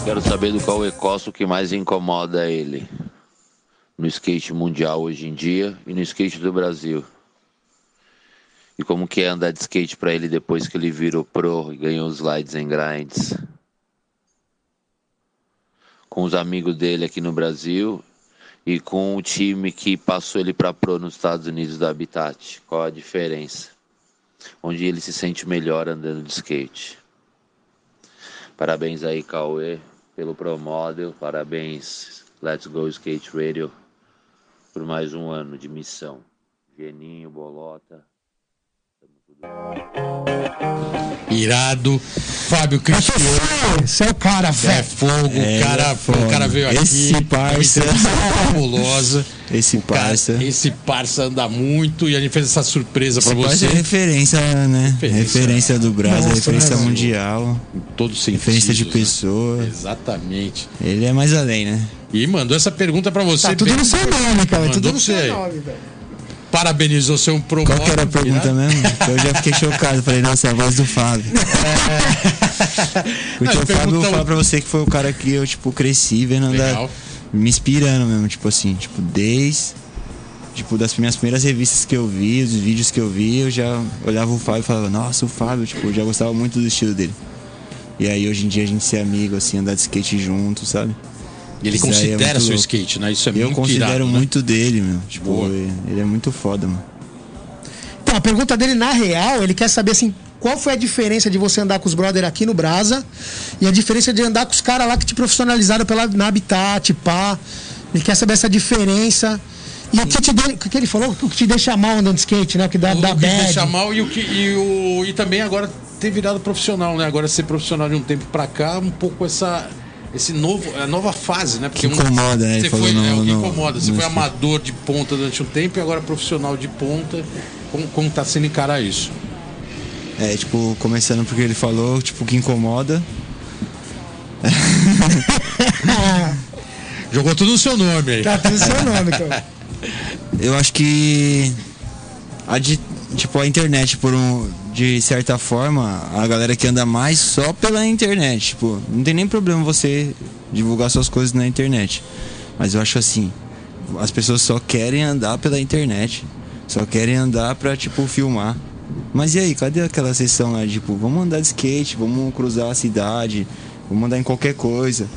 Quero saber do Cauê Costa o que mais incomoda ele no skate mundial hoje em dia e no skate do Brasil. E como que é andar de skate pra ele depois que ele virou pro e ganhou os slides em grinds. Com os amigos dele aqui no Brasil e com o time que passou ele pra pro nos Estados Unidos da Habitat. Qual a diferença? Onde ele se sente melhor andando de skate. Parabéns aí, Cauê, pelo Promodel. Parabéns, Let's Go Skate Radio, por mais um ano de missão. Geninho, Bolota.
Irado. Fábio Cristiano.
Você é o cara,
É
velho.
fogo,
É,
o, cara,
é fogo.
o cara veio aqui.
Esse parça.
camiseta fabulosa.
Esse
Cara,
parça.
esse parça anda muito e a gente fez essa surpresa pra
Esse parça
você.
é referência, né?
Referência.
Referência, do Brasil,
Nossa,
referência
Brasil.
mundial,
Em todo sentido.
é referência de
né?
pessoa.
Exatamente.
Ele é mais além, né?
E mandou essa pergunta pra você.
Tá tudo
bem-
no seu nome, cara. Tudo
Mandou
no seu
pra você.
nome, velho.
Parabenizou seu um promóvel.
Qual que era a pergunta mesmo? Que Eu já fiquei chocado. Falei, nossa, é a voz do Fábio.
Não,
Porque o Fábio, eu
pergunta-
vou falar pra você que foi o cara que eu, tipo, cresci vendo andar.
então- Legal.
Me inspirando mesmo, tipo assim, tipo, desde. Tipo, das minhas primeiras revistas que eu vi, dos vídeos que eu vi, eu já olhava o Fábio e falava, nossa, o Fábio, tipo, eu já gostava muito do estilo dele. E aí hoje em dia a gente ser amigo, assim, andar de skate junto, sabe?
E ele
Isso aí é
considera
muito
seu
louco.
skate, né? Isso é
eu
muito
considero
irado, né?
muito dele, meu. Tipo,
Boa.
ele ele é muito foda, mano.
Então, a pergunta dele, na real, ele quer saber assim. Qual foi a diferença de você andar com os brother aqui no Brasa e a diferença de andar com os caras lá que te profissionalizaram pela, na Habitat, pá? Ele quer saber essa diferença. E o que, te de- o que ele falou? O que te deixa mal andando de skate, né? O que
Tá
dá,
O
dá
que deixa
bad.
mal e, o que, e, o, e também agora ter virado profissional, né? Agora ser profissional de um tempo pra cá, um pouco essa. Esse novo, a nova fase, né? Porque
Que incomoda, né? Ele
Você
falou
foi,
no-
é, o que
no-
incomoda. Você
no
foi
skate.
amador de ponta durante um tempo e agora profissional de ponta. Como, como tá sendo encarar isso?
É, tipo, começando porque ele falou, tipo, que incomoda.
Jogou tudo no seu nome aí.
Tá tudo no seu nome, cara.
Eu acho que a de- tipo a internet por um de certa forma, a galera que anda mais só pela internet, tipo, não tem nem problema você divulgar suas coisas na internet. Mas eu acho assim, as pessoas só querem andar pela internet, só querem andar pra tipo filmar. Mas e aí, cadê aquela sessão lá, tipo, vamos andar de skate, vamos cruzar a cidade, vamos andar em qualquer coisa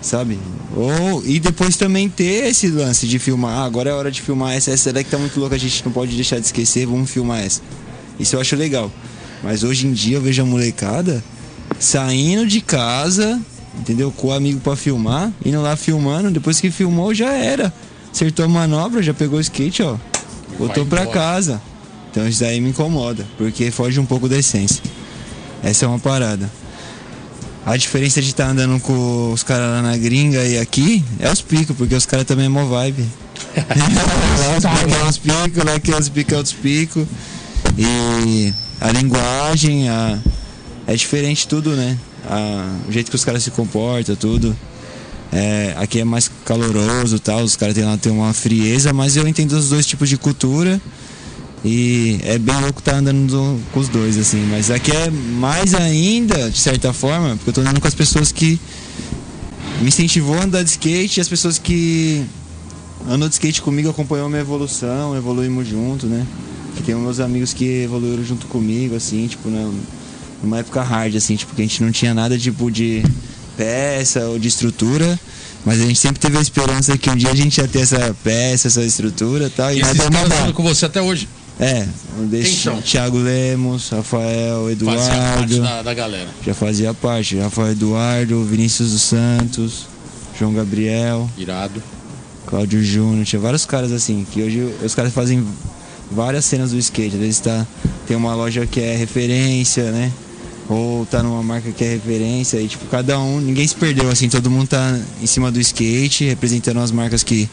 sabe? Ou e depois também ter esse lance de filmar. Ah, agora é hora de filmar essa, essa daqui tá muito louca, a gente não pode deixar de esquecer, vamos filmar essa. Isso eu acho legal. Mas hoje em dia eu vejo a molecada saindo de casa, entendeu? Com o amigo pra filmar, indo lá filmando, depois que filmou já era. Acertou a manobra, já pegou o skate, ó. Voltou pra
embora.
casa. Então isso daí me incomoda, porque foge um pouco da essência. Essa é uma parada. A diferença de estar andando com os caras lá na gringa e aqui é os picos, porque os caras também é mó vibe. lá os picos é uns picos, lá que os picos é outros picos. E a linguagem, a... é diferente tudo, né? A- O jeito que os caras se comportam, tudo. É, aqui é mais caloroso e tal, os caras têm lá tem uma frieza, mas eu entendo os dois tipos de cultura. E é bem louco estar andando do- com os dois, assim. Mas aqui é mais ainda, de certa forma, porque eu tô andando com as pessoas que me incentivou a andar de skate e as pessoas que andam de skate comigo acompanhou minha evolução, evoluímos junto, né? Tenho meus amigos que evoluíram junto comigo, assim, tipo, na- numa época hard, assim, tipo, que a gente não tinha nada tipo de peça ou de estrutura. Mas a gente sempre teve a esperança que um dia a gente ia ter essa peça, essa estrutura e tal. E,
E
nós
esses
vamos
caras
andar.
andando com você até hoje.
É, um desses,
são?
Thiago Lemos, Rafael,
Fazia parte
Eduardo.
da, da galera.
Já fazia parte. Rafael Eduardo, Vinícius dos Santos, João Gabriel,
Irado.
Cláudio Júnior. Tinha vários caras assim, que hoje os caras fazem várias cenas do skate. Às vezes tá, tem uma loja que é referência, né? Ou tá numa marca que é referência. E tipo, cada um, ninguém se perdeu assim, todo mundo tá em cima do skate, representando as marcas que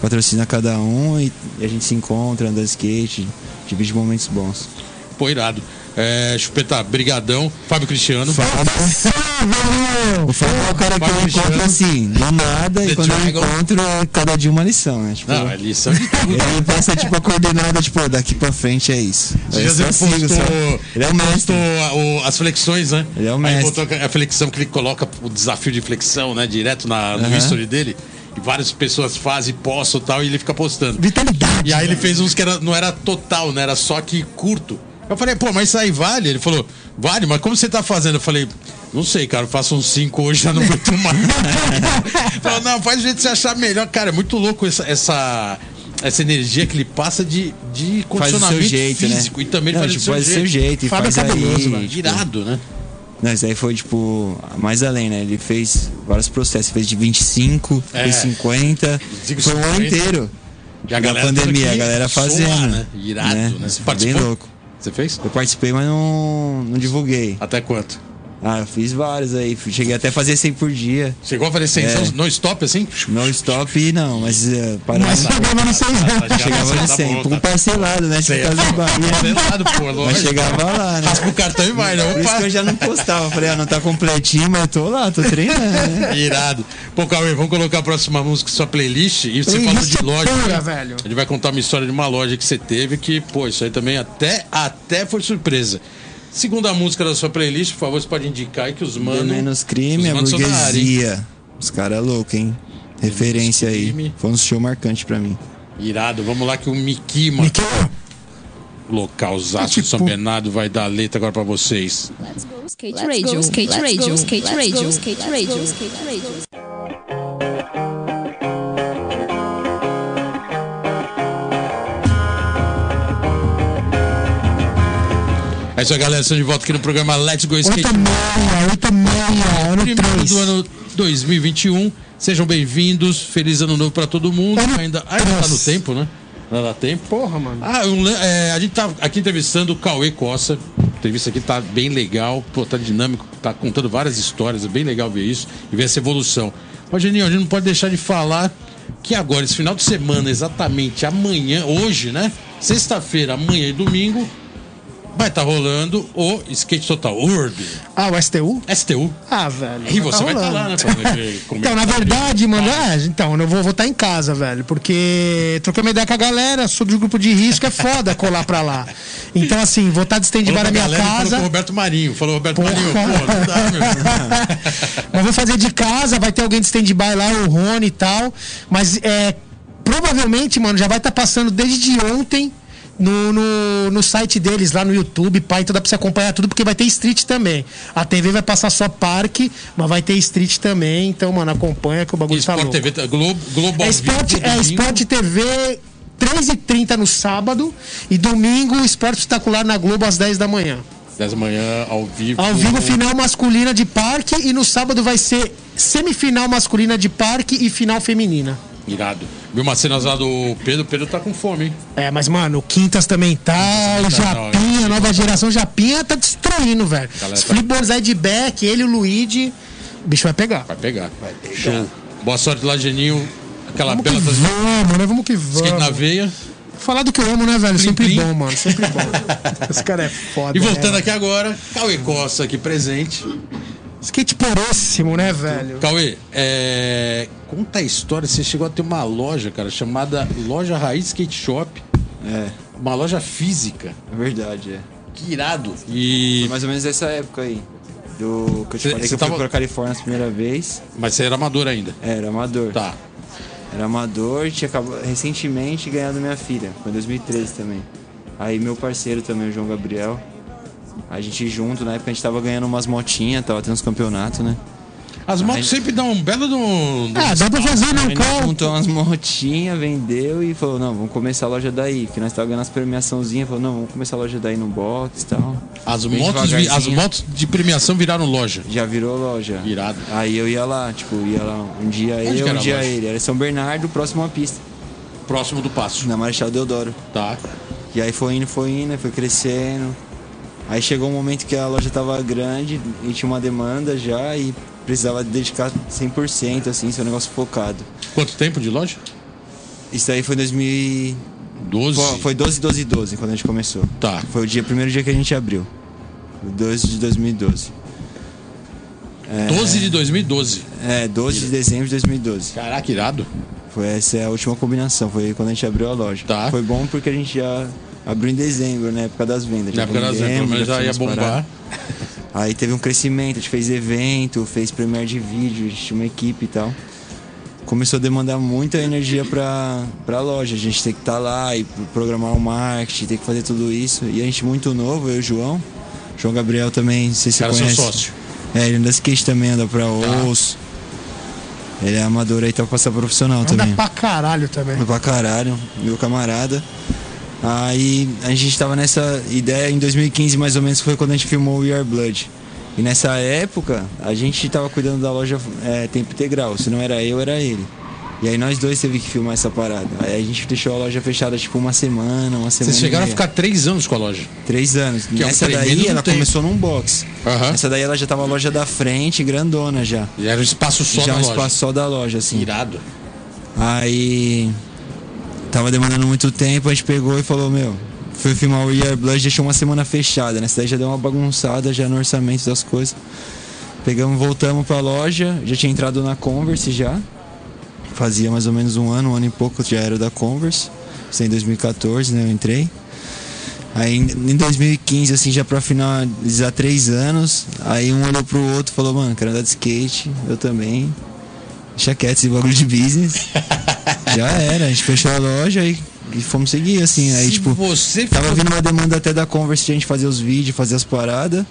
patrocina cada um e, e a gente se encontra, anda de skate, divide momentos bons.
Pô, irado. É, Chupeta, brigadão. Fábio Cristiano.
O Fábio é o cara que
Fábio
eu encontro
Cristiano.
assim, do nada,
The
e quando eu
Triangle.
encontro, é cada dia uma lição, né? Tipo,
Não, é lição de tudo.
ele passa tipo a coordenada, tipo, ó, daqui pra frente é isso.
Esse
Aí eu
dias ele
só sigo,
postou,
sabe? Ele é o
postou
mestre.
a- o- as flexões, né?
Ele é o
Aí
mestre.
botou a a flexão que ele coloca, o desafio de flexão, né? Direto na, no
Aham.
history dele. E várias pessoas fazem, postam e tal, e ele fica postando.
Vitalidade.
E aí ele fez uns que era- não era total, né? Era só que curto. Eu falei, pô, mas isso aí vale? Ele falou, vale, mas como você tá fazendo? Eu falei, não sei, cara, eu faço uns cinco hoje, já não aguento mais. falou, não, faz do jeito que você achar melhor. Cara, é muito louco essa, essa, essa energia que ele passa de, de
Faz do
condicionamento
seu jeito,
físico.
né?
E também ele
Não,
faz,
tipo,
do seu jeito.
jeito. e
Fábio é
faz aí,
cabuloso, velho.
tipo,
Irado, né?
Não, isso aí foi tipo mais além, né? Ele fez vários processos, fez de 25,
É.
fez 50,
Digo,
foi um ano
50.
inteiro.
E a
da
galera toda
pandemia,
aqui
a galera
soa,
fazendo,
né? Irado,
né?
né? Você
Bem
participou?
louco.
Você fez?
Eu participei, mas não, não divulguei.
Até quanto?
Ah, eu fiz vários aí. Cheguei até a fazer 100 por dia.
Chegou a fazer 100
É.
não stop assim?
Não stop, não, mas uh, parava.
Mas chegava no né? 6
tá, tá,
chegava
tá
no
bom,
100.
tá.
Tudo parcelado, né? Tipo,
Sei.
casa de Bahia.
Pesado, pô,
Mas
lógico.
chegava lá, né?
Raspa o cartão e vai, não
Por isso que eu já não postava. Falei, ah, não tá completinho, mas eu tô lá, tô treinando, né?
Irado. Pô, Cauê, vamos colocar a próxima música, sua playlist. E você falou
é
de loja.
Pura,
cara.
velho.
A gente vai contar uma história de uma loja que você teve que, pô, isso aí também até, até foi surpresa. Segunda música da sua playlist, por favor, você pode indicar aí que os manos.
Menos crime,
os
a
manos são da área, hein?
burguesia. Os caras loucos, hein? Referência aí.
crime.
Foi um show marcante pra mim.
Irado, vamos lá que o Miki, mano.
Miquel,
Localzaço
Tipo-
de São Bernardo vai dar a letra agora pra vocês.
Skate Radio, Skate Radio, Skate Radio, Skate Radio, Skate Radio.
É isso aí, galera. Estamos de volta aqui no programa Let's Go Skate.
8 meia, 8 meia, ano
primeiro
3.
do ano 2021. Sejam bem-vindos. Feliz ano novo pra todo mundo.
Ano
Ainda, ainda tá no
três.
tempo, né? Ainda dá tempo.
Porra, mano.
Ah, um le- é, a gente tá aqui entrevistando o Cauê Costa. A entrevista aqui tá bem legal, pô, tá dinâmico, tá contando várias histórias, é bem legal ver isso e ver essa evolução. Mas, Geninho, a gente não pode deixar de falar que agora, esse final de semana, exatamente amanhã, hoje, né? Sexta-feira, amanhã e domingo, vai estar rolando o Skate Total Urb,
Ah, o STU?
STU.
Ah, velho.
E você vai estar lá, né? pra ver como é
Então,
que
na
tá ali.
verdade, mano, é, então, eu vou estar em casa, velho, porque troquei uma ideia com a galera sobre o grupo de risco, é foda colar pra lá. Então, assim, vou estar de
Falou
stand-by
pra
na minha
galera então, e falou
casa.
pro Roberto Marinho. Falou, Roberto
Porra.
Marinho, pô, não dá, meu.
Mas vou fazer de casa, vai ter alguém de stand-by lá, o Rony e tal. Mas é, provavelmente, mano, já vai estar passando desde de ontem no, no, no site deles, lá no YouTube, pai, então dá pra você acompanhar tudo, porque vai ter street também. A TV vai passar só parque, mas vai ter street também. Então, mano, acompanha que o bagulho tá
Sport
louco.
TV, tá- Globo, Globo
É
ao vivo,
Sport, é
domingo.
Sport TV 3h30 no sábado e domingo Esporte Espetacular na Globo às 10 da manhã.
10 da manhã, ao vivo.
Ao vivo, final masculina de parque e no sábado vai ser semifinal masculina de parque e final feminina.
Irado. Viu umas cenas lá do Pedro? O Pedro tá com fome, hein?
É, mas, mano, o Quintas também tá, o
Quintas também tá,
Japinha, a nova geração Japinha tá destruindo, velho.
Galera
Os
tá-
Flip Bonsai de Beck, ele, o Luigi, o bicho vai pegar.
Vai pegar. Show. Boa sorte lá, Geninho. Aquela
Vamos que
bela transmissão.
vamos, né? Vamos que
Skate na
vamos.
veia.
Falar do que eu amo, né, velho? Sempre
plim.
bom, mano. Sempre bom. Esse cara é foda.
E voltando
né,
aqui agora, Cauê Costa aqui presente.
mano? Skate poríssimo, né, velho?
Cauê, é... conta a história. Você chegou a ter uma loja, cara, chamada Loja Raiz Skate Shop.
É,
Uma loja física.
é verdade, é.
Que irado.
Foi
E...
mais ou menos essa época aí. Do que eu
Cê-
te falei
cê
que eu
tava-
fui pra Califórnia a primeira vez.
Mas você era amador ainda.
Era amador.
Tá.
Era amador, tinha acabado, recentemente ganhado minha filha. Foi em 2013 também. Aí meu parceiro também, o João Gabriel. A gente junto, na época a gente tava ganhando umas motinhas, tava tendo uns campeonatos, né?
As motos sempre dão um belo do. do-
Ah, dá pra fazer, um não,
Aí nós
call.
juntou umas motinhas, vendeu e falou, não, vamos começar a loja daí. Porque nós tava ganhando as premiaçãozinhas, falou, não, vamos começar a loja daí no box e tal.
As,
Bem
motos vi- as
devagarzinho.
motos de premiação viraram loja.
Já virou loja.
Virado.
Aí eu ia lá, tipo, ia lá um dia
que
ele,
era
um
a
dia
loja?
ele. Era em São Bernardo, próximo à pista,
Próximo do passo.
na Marechal Deodoro.
Tá.
E aí foi indo, foi indo, foi crescendo. Aí chegou um momento que a loja tava grande e tinha uma demanda já e precisava dedicar 100% assim, seu negócio focado.
Quanto tempo de loja?
Isso aí foi em 2000 e-
12.
Foi- Foi 12, 12, 12 quando a gente começou.
Tá.
Foi o dia, primeiro dia que a gente abriu. 12 de 2012.
12 de 2012.
É, 12 de dezembro de 2012.
Caraca, irado.
Foi essa é a última combinação, foi quando a gente abriu a loja.
Tá.
Foi bom porque a gente já abriu em dezembro, né? Época das vendas.
Na
Já
época da Zé, pelo
vendemos,
menos já ia
fizemos
bombar.
parada. Aí teve um crescimento, a gente fez evento, fez premiere de vídeo, a gente tinha uma equipe e tal. Começou a demandar muita energia pra, pra loja. A gente tem que estar lá e programar o marketing, tem que fazer tudo isso. E a gente muito novo, eu e o João. João Gabriel também, não sei se você
Cara, seu
conhece.
sócio. Tá.
É, ele anda skate também, anda pra osso. Ele é amador aí, tá pra passar profissional
Anda
também.
pra caralho também.
Foi pra caralho, meu camarada. Aí a gente tava nessa ideia em 2015, mais ou menos, foi quando a gente filmou We Are Blood. E nessa época, a gente tava cuidando da loja é, tempo integral. Se não era eu, era ele. E aí nós dois teve que filmar essa parada. Aí a gente deixou a loja fechada tipo uma semana, uma semana.
Vocês
e
chegaram a
meia.
ficar três anos com a loja.
Três anos.
Que é um
Essa
tremendo
daí ela
tempo.
começou num box.
Aham.
Essa daí ela já tava a loja da frente, grandona já.
E era um espaço só
já
da
um
loja.
espaço só da loja, assim.
Irado.
Aí tava demorando muito tempo, a gente pegou e falou, meu, foi filmar o Year Blood, deixou uma semana fechada, né? Isso daí já deu uma bagunçada já no orçamento das coisas. Pegamos, voltamos pra loja, já tinha entrado na Converse já. Fazia mais ou menos um ano, um ano e pouco já era da Converse. Isso é em 2014, né? Eu entrei. Aí em em 2015, assim, já pra finalizar três anos, aí um olhou pro outro e falou, mano, quero andar de skate, eu também. Deixa quieto esse bagulho de business. já era, a gente fechou a loja e, e fomos seguir, assim. Aí,
Se
tipo,
você
tava
ficou-
vindo uma demanda até da Converse de a gente fazer os vídeos, fazer as paradas.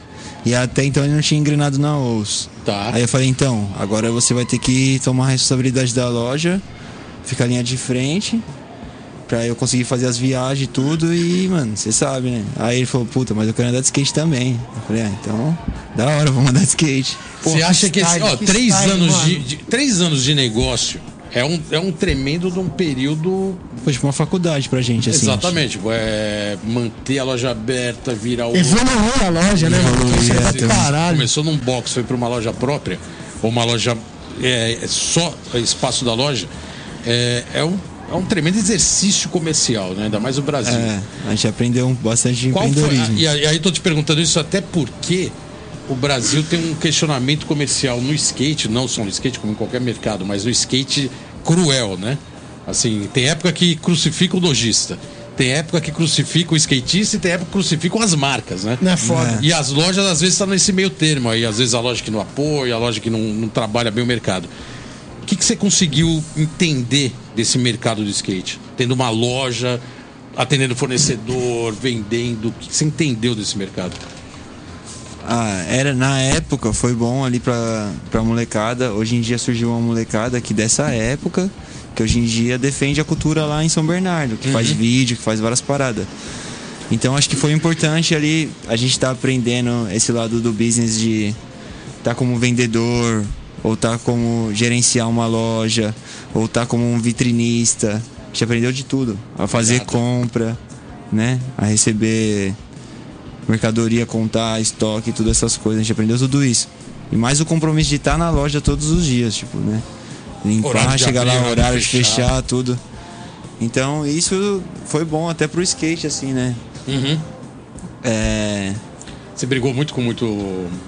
E até então ele não tinha engrenado na OUS.
Tá.
Aí eu falei, então, agora você vai ter que tomar a responsabilidade da loja, ficar a linha de frente, pra eu conseguir fazer as viagens e tudo, e, mano, você sabe, né? Aí ele falou, puta, mas eu quero andar de skate também. Eu falei, ah, então, da hora, vamos andar de skate.
Você acha que esse,
style,
ó,
que
três,
style,
anos de,
mano.
de- três anos de negócio é um, é um tremendo de um período.
Foi tipo uma faculdade pra gente, assim.
exatamente. tipo, é, manter a loja aberta, virar o.
Evoluiu a loja, né? mano?
Evoluiu,
Isso é
é,
do
tem um-
Caralho.
Começou num box, foi para uma loja própria, ou uma loja é, é só espaço da loja. É, é um, é um tremendo exercício comercial, né? ainda mais o Brasil.
É, a gente aprendeu um- bastante de
Qual foi?
empreendedorismo.
E aí eu tô te perguntando isso até porque o Brasil tem um questionamento comercial no skate, não só no skate, como em qualquer mercado, mas no skate cruel, né? Assim, tem época que crucifica o lojista, tem época que crucifica o skatista e tem época que crucificam as marcas, né?
Não é foda.
E as lojas, às vezes, estão nesse meio termo aí. Às vezes a loja que não apoia, a loja que não, não trabalha bem o mercado. O que, que você conseguiu entender desse mercado do skate? Tendo uma loja, atendendo fornecedor, vendendo. O que, que você entendeu desse mercado?
Ah, era, na época foi bom ali pra, pra molecada. Hoje em dia surgiu uma molecada que dessa época, que hoje em dia defende a cultura lá em São Bernardo, que faz vídeo, que faz várias paradas. Então acho que foi importante ali a gente tá aprendendo esse lado do business de tá como vendedor, ou tá como gerenciar uma loja, ou tá como um vitrinista. A gente aprendeu de tudo. A fazer compra, né? A receber mercadoria, contar, estoque, todas essas coisas. A gente aprendeu tudo isso. E mais o compromisso de estar na loja todos os dias, tipo, né?
Horário
Limpar,
de
chegar
abrir,
lá, horário de
fechar.
fechar, tudo. Então isso foi bom até pro skate, assim, né?
Uhum.
É,
Você brigou muito com muito,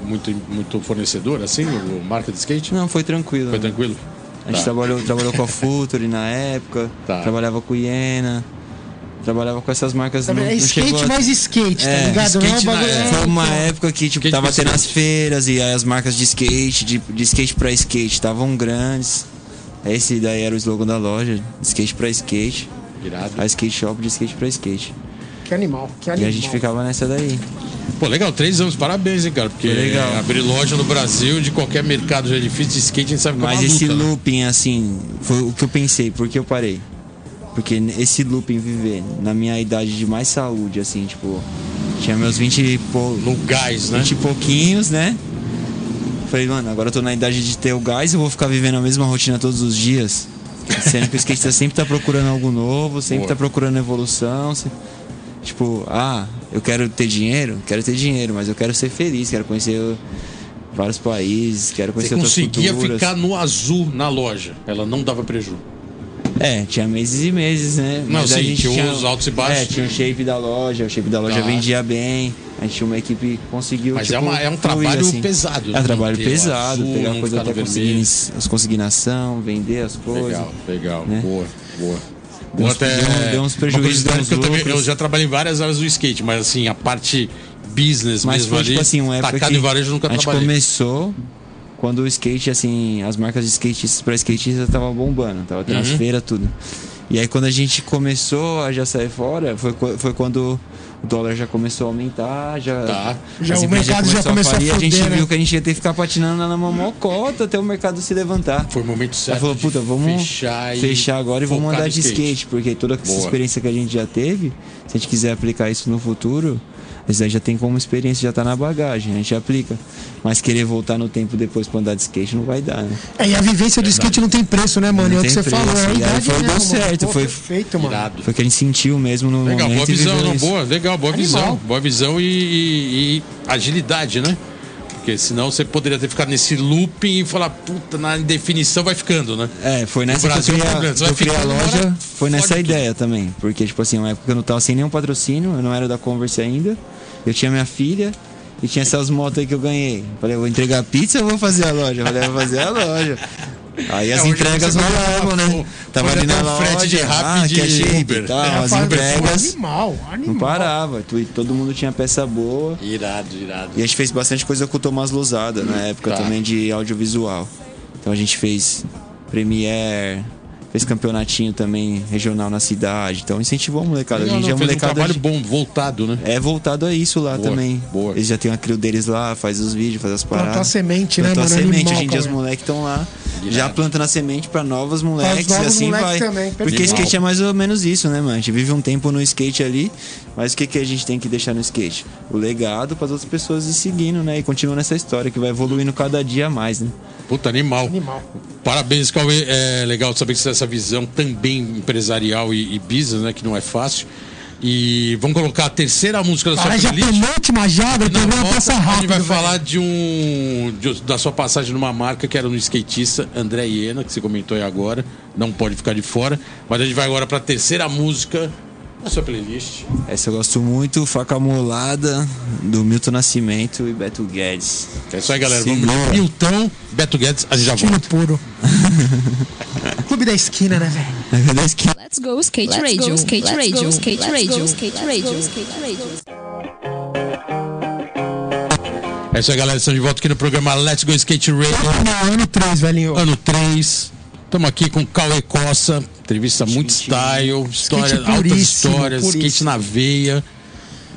muito, muito fornecedor, assim, o marca de skate?
Não, foi tranquilo. né?
Foi tranquilo?
A gente
Tá.
trabalhou, trabalhou com a Futuri na época,
Tá.
trabalhava com Iena, trabalhava com essas marcas.
Tá
não,
vendo? É
não chegou
skate
a-
mais skate, tá
É,
ligado? Não é um
skate na-
bagulho.
é.
Foi uma época que tipo,
Skate
tava
pra
tendo as
skate.
feiras e aí as marcas de skate, de, de skate pra skate, estavam grandes. Esse daí era o slogan da loja, de skate pra skate.
Irado.
A skate shop de skate pra skate.
Que animal, que
E
animal.
a gente ficava nessa daí.
Pô, legal, três anos, parabéns, hein, cara? Porque
Foi legal.
abrir loja no Brasil, de qualquer mercado já é difícil, de skate a gente sabe que é
Mas
uma
esse
luta, né?
looping, assim, foi o que eu pensei, porque eu parei. Porque esse looping viver na minha idade de mais saúde, assim, tipo, tinha meus 20 e pou...
No gás, né?
20 e pouquinhos, né? Falei, mano, agora eu tô na idade de ter o gás e eu vou ficar vivendo a mesma rotina todos os dias. Sendo que o skatista sempre tá procurando algo novo, sempre
Boa.
tá procurando evolução. se- Tipo, ah, eu quero ter dinheiro? Quero ter dinheiro, mas eu quero ser feliz, quero conhecer vários países, quero
Você
conhecer outras
conseguia
culturas.
ficar no azul na loja. Ela não dava prejuízo.
É, tinha meses e meses, né?
Não,
a
sim,
gente
tinha os altos e baixos.
É, tinha o shape da loja, o shape da
Tá.
loja vendia bem. A gente tinha uma equipe que conseguiu.
Mas é
tipo,
uma- é um
fluir,
trabalho pesado,
É
né?
um trabalho
Manter o
pesado,
azul,
pegar
não
coisa
ficar
até
no
conseguir
vermelho.
as consignação, vender as coisas.
Legal, legal.
né?
Boa, boa.
Deu uns- deu- deu uns prejuízos, deu uns
que eu, também-
lucros.
eu já trabalhei em várias áreas do skate, mas assim, a parte business
Mas
mesmo
foi
ali,
tipo assim, uma época
tacado
que
e varejo eu nunca
a gente
trabalhei.
começou quando o skate, assim, as marcas de skatistas pra skatistas estavam bombando, tava tendo
Uhum.
as feiras, tudo. E aí quando a gente começou a já sair fora, foi, co- foi quando o dólar já começou a aumentar, já,
Tá.
Já
as
o
empresas
mercado já começou a
falir, a gente
fuder, né?
viu que a gente ia ter que ficar patinando lá na mamocota até o mercado se levantar.
Foi o momento certo.
Aí falou,
de
puta, vamos
fechar,
fechar,
e
agora e vamos
focar
andar
no
de skate. porque toda essa
Boa.
experiência que a gente já teve, se a gente quiser aplicar isso no futuro, Esse daí já tem como experiência, já tá na bagagem, a gente aplica. Mas querer voltar no tempo depois pra andar de skate não vai dar, né?
É, e a vivência do skate não tem preço, né, mano?
Não
é o que
tem
você
preço,
falou. É a
e aí
idade
foi-
mesmo,
deu
mano.
certo,
Pô,
foi-
perfeito, mano.
Irado.
Foi o que a gente sentiu mesmo no
Legal,
momento.
boa
e
visão,
viveu
não,
isso.
boa, legal, boa
Animal.
visão. Boa visão e, e- e agilidade, né? Porque senão você poderia ter ficado nesse looping e falar, puta, na definição vai ficando, né?
É, foi nessa
No Brasil,
que eu
né,
criei
Bruno?
a,
Você vai
eu criei a
ficando,
loja,
agora
foi nessa
fode tudo.
ideia também. Porque, tipo assim, uma época que eu não tava sem nenhum patrocínio, eu não era da Converse ainda. Eu tinha minha filha e tinha essas motos aí que eu ganhei. Falei, eu vou entregar pizza ou vou fazer a loja? Falei, eu vou fazer a loja. Aí as
É, hoje
entregas
você pode
rolavam,
dar uma-
né? Tava
pode
ali
dar
na
um
loja.
frete de Rappi
ah,
de
cash app e
Uber.
tal,
É,
as
Rapaz,
entregas.
Animal,
Não
animal.
parava. tu- Todo mundo tinha peça boa.
Irado, irado.
E a gente fez bastante coisa com o Tomás Lousada na época
Tá.
também de audiovisual. Então a gente fez Premiere, fez campeonatinho também regional na cidade. Então incentivou a molecada. a
Legal,
gente
não,
é
fez um
molecada.
trabalho
de-
bom, voltado, né?
É voltado a isso lá
Boa,
também.
boa.
Eles já têm a crew deles lá, faz os vídeos, faz as paradas.
Plantar semente, né,
Plantar
mano?
semente.
Animal,
Hoje em dia os
cara.
moleques estão lá. Já plantando a semente pra novos moleques
novos
e assim
moleques
vai.
também,
Porque
perfeito.
skate é mais ou menos isso, né, mano? A gente vive um tempo no skate ali, mas o que, que a gente tem que deixar no skate? O legado pras outras pessoas ir seguindo, né? E continuando essa história que vai evoluindo cada dia a mais, né?
Puta, animal.
Animal.
Parabéns, Cauê. É legal saber que você tem essa visão também empresarial e, e business, né? Que não é fácil. E vamos colocar a terceira música da sua
Cara, já
playlist.
penúltima já, o
Na
programa
volta,
passa
a gente
rápido.
vai
velho.
falar de um de- da sua passagem numa marca que era no skatista André Iena, que você comentou aí agora, não pode ficar de fora, mas a gente vai agora pra terceira música da sua playlist.
Essa eu gosto muito, Faca Molada, do Milton Nascimento e Beto Guedes.
É isso aí, galera.
Sim,
vamos
boa.
de Milton, Beto Guedes, a gente
tá
já volta.
Tiro puro. Clube da esquina, né, velho?
Na verdade, que
Let's go skate radio. Skate radio. Skate radio. Skate radio.
É isso aí, galera. Estamos de volta aqui no programa Let's Go Skate Radio,
É.
Não, ano 3, velhinho.
ano 3. Estamos aqui com Cauê Costa, entrevista muito style, história, altas
é puríssimo,
histórias, skate
puríssimo.
na veia.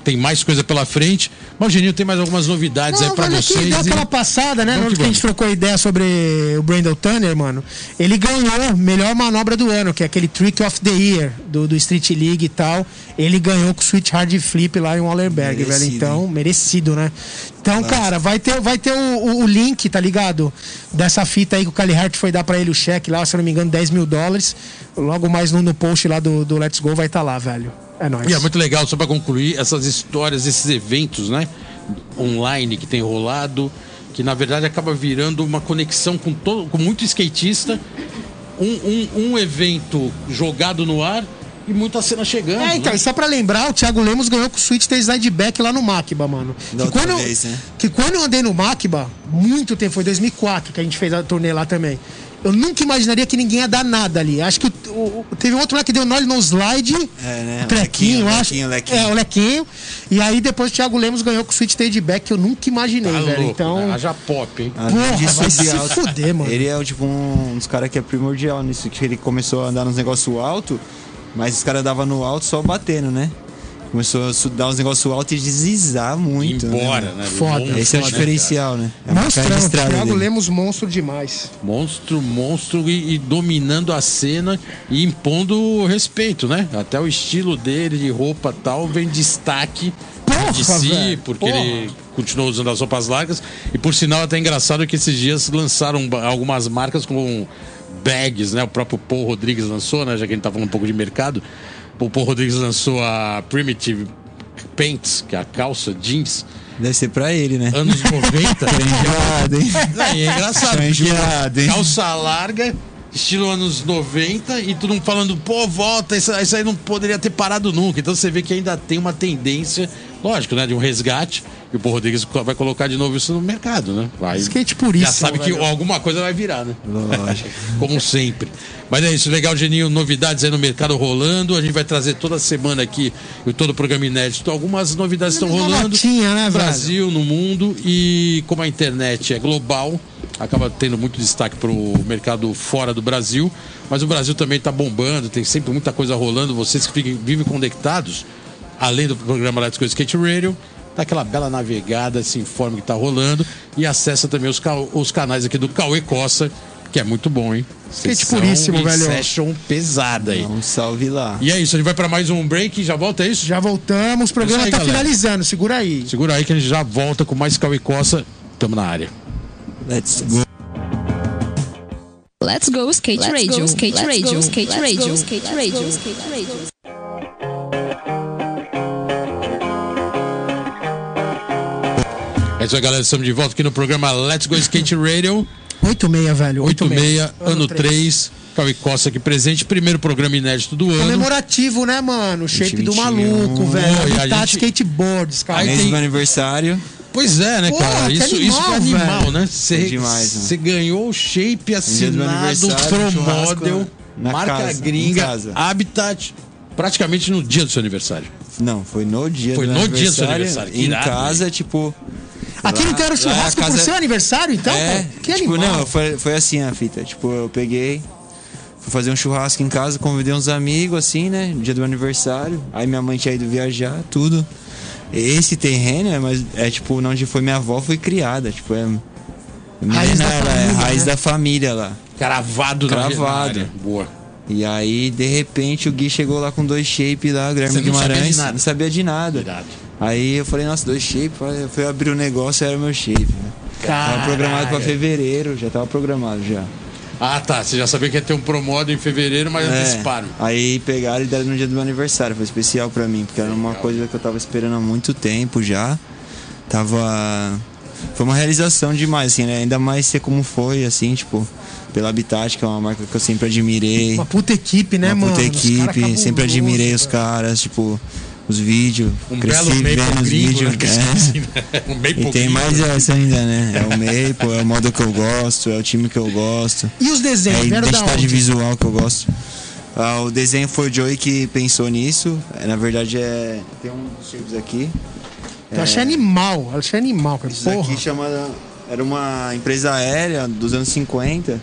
Tem mais coisa pela frente. Mas o Geninho tem mais algumas novidades aí pra
mas aqui
vocês.
Deu
e-
aquela passada, né?
Vamos
Na hora
que
que a gente trocou a ideia sobre o Brandon Turner, mano. Ele ganhou melhor manobra do ano, que é aquele Trick of the Year do, do Street League e tal. Ele ganhou com o Switch Hard Flip lá em Wallerberg,
Merecido,
velho. Então, merecido, né? Então, cara, vai ter, vai ter o, o- o link, tá ligado? Dessa fita aí que o Cali Hart foi dar pra ele o cheque lá, se eu não me engano, 10 mil dólares. Logo mais no, no post lá do, do Let's Go vai estar lá, velho. É nóis.
E é muito legal, só para concluir, essas histórias, esses eventos, né? Online que tem rolado, que na verdade acaba virando uma conexão com, todo, com muito skatista, um, um, um evento jogado no ar e muita cena chegando.
Uhum.
É, então,
né?
e só pra lembrar, o Thiago Lemos ganhou com o Switch 3 Lideback lá no Makiba, mano.
Da
que,
outra
quando eu,
vez, né?
que quando eu andei no Makiba, muito tempo, foi 2004 que a gente fez a turnê lá também. Eu nunca imaginaria que ninguém ia dar nada ali. Acho que o- o- teve um outro lá que deu nó no slide.
É, né?
O Trequinho, eu
O Lequinho,
acho.
Lequinho, Lequinho.
É, o Lequinho. E aí depois o Thiago Lemos ganhou com o Switch Lideback, que eu nunca imaginei,
Tá
velho.
louco,
então.
né? Haja pop, hein?
Além
Porra,
disso,
vai
Ah,
se
ele é alto.
fuder, mano.
Ele é tipo um dos caras que é primordial nisso, que ele começou a andar nos negócios alto, mas os caras davam no alto só batendo, né? Começou a su- dar uns negócios alto e deslizar
Ir
muito.
embora, né?
né?
Foda.
mano? Esse é o
Foda,
diferencial, né? É uma
Monstrão,
cara de estrada
Thiago
dele.
Lemos, monstro demais.
cara? Monstro, monstro e, e dominando a cena e impondo o respeito, né? Até o estilo dele de roupa tal vem destaque
Porra,
de si,
velho,
porque
porra.
ele continuou usando as roupas largas. E por sinal, é até engraçado que esses dias lançaram ba- algumas marcas com bags, né? O próprio Paul Rodrigues lançou, né? Já que a gente tá falando um pouco de mercado. O Paul Rodrigues lançou a Primitive Pants, que é a calça jeans,
Deve ser pra ele, né?
anos 90.
Enjoado, hein?
Aí é engraçado.
Tá
porque
enjoado, hein?
Calça larga, estilo anos 90, e todo mundo falando, pô, volta, isso, isso aí não poderia ter parado nunca. Então você vê que ainda tem uma tendência, lógico, né? De um resgate. E o Paul Rodrigues vai colocar de novo isso no mercado, né? Vai,
Skate puríssimo,
Já sabe que
velho.
alguma coisa vai virar, né?
Lógico.
Como sempre. Mas é isso, legal, Geninho. Novidades aí no mercado rolando. A gente vai trazer toda semana aqui, e todo o programa inédito, algumas novidades estão
Uma
rolando.
notinha, né,
no
velho?
Brasil, no mundo. E como a internet é global, acaba tendo muito destaque pro mercado fora do Brasil. Mas o Brasil também tá bombando, tem sempre muita coisa rolando. Vocês que fiquem- vivem conectados, além do programa Let's Go Skate Radio. Dá aquela bela tá navegada, se informa o que tá rolando e acessa também os, ca- os canais aqui do Cauê Costa, Que é muito bom, hein?
Skate
Sessão
puríssimo,
e
velho.
Session pesada aí.
Um salve lá.
E é isso, a gente vai pra mais um break e já volta, é isso?
Já voltamos, o programa
É isso aí,
tá
galera.
finalizando, segura aí.
Segura aí que a gente já volta com mais Cauê Costa. Tamo na área.
Let's go.
Let's go skate radio, skate radio, skate radio, skate radio,
É isso aí, galera. Estamos de volta aqui no programa Let's Go Skate Radio.
8,6, velho.
86, ano
três.
3. Cauê Costa aqui presente. Primeiro programa inédito do ano.
Comemorativo, né, mano? O shape do
21.
maluco, velho.
Pô, e a
Habitat
gente-
skateboards, cara.
Aí
Mesmo
tem-
aniversário.
Pois é, né,
Pô,
cara?
que
Isso, isso que é
animal,
animal,
velho.
né?
É demais, mano.
Você ganhou o shape
do
assinado
aniversário,
pro
churrasco,
model,
né? Na
marca
casa, em
gringa,
casa.
Habitat, praticamente no dia do seu aniversário.
Não, foi no dia
Foi
do
no dia do
aniversário.
seu aniversário, que
Em
irado,
casa, tipo.
Aqui não
lá-
quero
lá
churrasco
a
por
casa-
seu aniversário, então?
é,
pô? Que
tipo,
animal.
não, foi, foi assim a fita. Tipo, eu peguei, fui fazer um churrasco em casa, convidei uns amigos, assim, né? No dia do aniversário. Aí minha mãe tinha ido viajar, tudo. Esse terreno é, mas, é tipo, onde foi minha avó foi criada. Tipo, é. Minha
Raiz da
nena, ela é
família,
raiz
né?
da família lá.
Cravado, na-
Cravado.
na área. Boa.
E aí, de repente, o Gui chegou lá com dois shapes lá, o Guilherme
Você não
Guimarães.
sabia de nada.
Não sabia de nada.
Irado.
Aí eu falei, nossa, dois shapes. Eu fui abrir o negócio, era meu shape. Né? Tava programado pra fevereiro, já tava programado já.
Ah, tá. Você já sabia que ia ter um promodo em fevereiro, mas
É,
anteciparam.
Aí pegaram e deram no dia do meu aniversário, foi especial pra mim, porque era uma coisa que eu tava esperando há muito tempo já. Tava. Foi uma realização demais, assim, né? Ainda mais ser como foi, assim, tipo, pela Habitat, que é uma marca que eu sempre admirei.
Uma puta equipe, né,
uma
mano?
puta
Os cara
equipe, sempre
cabuloso, né?
admirei os
velho.
caras, tipo, os vídeos.
Um
cresci
belo meio
vendo os
gringo,
vídeos.
né? que
é.
esqueci, né? Um meio
E tem mais essa ainda, né? É o Maple, é o modo que eu gosto, é o time que eu gosto.
E os
É
desenhos,
a
vieram da
identidade
onde?
visual que eu gosto. Ah, o desenho foi o Joey que pensou nisso. É, na verdade, é. Tem um dos shapes aqui.
Eu achei animal, eu achei animal, cara.
Isso
Porra.
aqui chama. Era uma empresa aérea dos anos 50.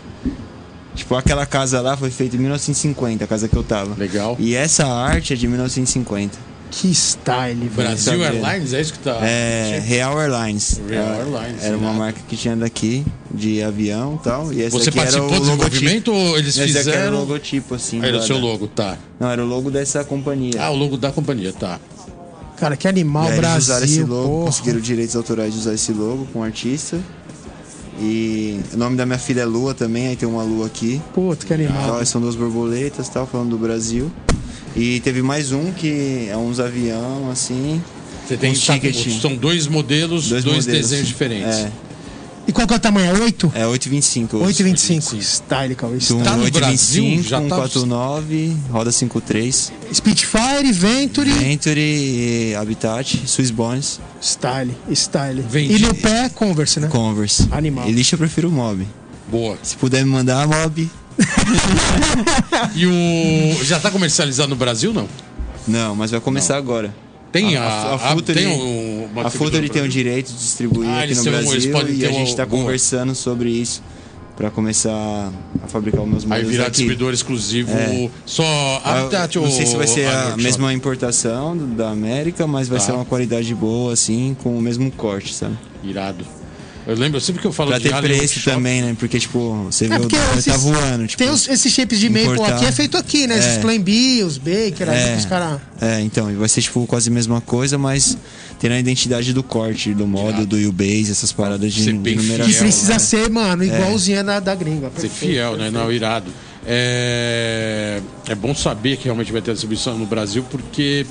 Tipo, aquela casa lá foi feita em 1950, a casa que eu tava.
Legal.
E essa arte é de 1950.
Que style, velho.
Brasil
Saber.
Airlines, é isso que tá.
É, Real Airlines.
Real
Era-
Airlines,
Era uma
irado.
marca que tinha daqui, de avião e tal. E essa
Você
aqui era o
participou do desenvolvimento
logotipo.
ou eles
Esse aqui era o
fizeram?
logotipo, assim.
Ah, Era o
da-
seu
da-
logo, tá.
Não, era o logo dessa companhia.
Ah, o logo da companhia, tá.
Cara, que animal,
E aí eles
Brasil,
usaram esse logo,
porra.
conseguiram direitos autorais de usar esse logo com o artista. E o nome da minha filha é Lua também, aí tem uma lua aqui.
Puta, que
Ah.
animal.
Então, são duas borboletas tal, falando do Brasil. E teve mais um que é uns avião, assim.
Você tem
uns
tá,
ticket,
são dois modelos, dois,
modelos.
desenhos diferentes.
É,
E qual que é o tamanho? É 8?
é 8,25. os-
8,25. Style, Cauê.
Um
Tá no
8,25,
Brasil, já
um
tá-
49, roda 53.
Spitfire, Venturi.
Venture, e Habitat, Swiss Bones,
Style, style.
Vendi.
E no pé, Converse, né?
Converse.
Animal.
E lixo eu prefiro Mob.
Boa.
Se puder me mandar, Mob.
E o. Já tá comercializado no Brasil, não?
Não, mas vai começar agora.
Tem a.
A- a- a Futuri-
tem um, uma
a
distribuidora
Fulton tem o
no Brasil?
direito de distribuir
Ah,
aqui
eles
no
têm um- eles
Brasil
podem
e
ter
a gente
uma-
está
boa.
conversando sobre isso para começar a fabricar os meus
Aí
modelos
virar
aqui.
distribuidor tá, exclusivo. Só
Ah,
Habitat ou.
não sei se vai ser a
Arnold
mesma importação do- da América, mas vai
Tá.
ser uma qualidade boa, assim, com o mesmo corte, sabe?
Shop? Irado. Eu lembro sempre que eu falo
Pra
de
ter
Harley
preço
Shop.
também, né? Porque, tipo, você vê
É
o
porque
dólar
esses-
tá voando. Tipo,
Tem os, esses shapes de maple
importar.
aqui, é feito aqui, né? Esses
É.
Plan B, os Baker, aí os caras...
é, então, e vai ser tipo quase a mesma coisa, mas tendo a identidade do corte, do modo, do Ubase, essas paradas de,
Ser bem
de numeração.
E
fiel,
precisa
né?
ser, mano, igualzinha da, da gringa.
Ser fiel, né? Não, irado. É... é bom saber que realmente vai ter distribuição no Brasil, porque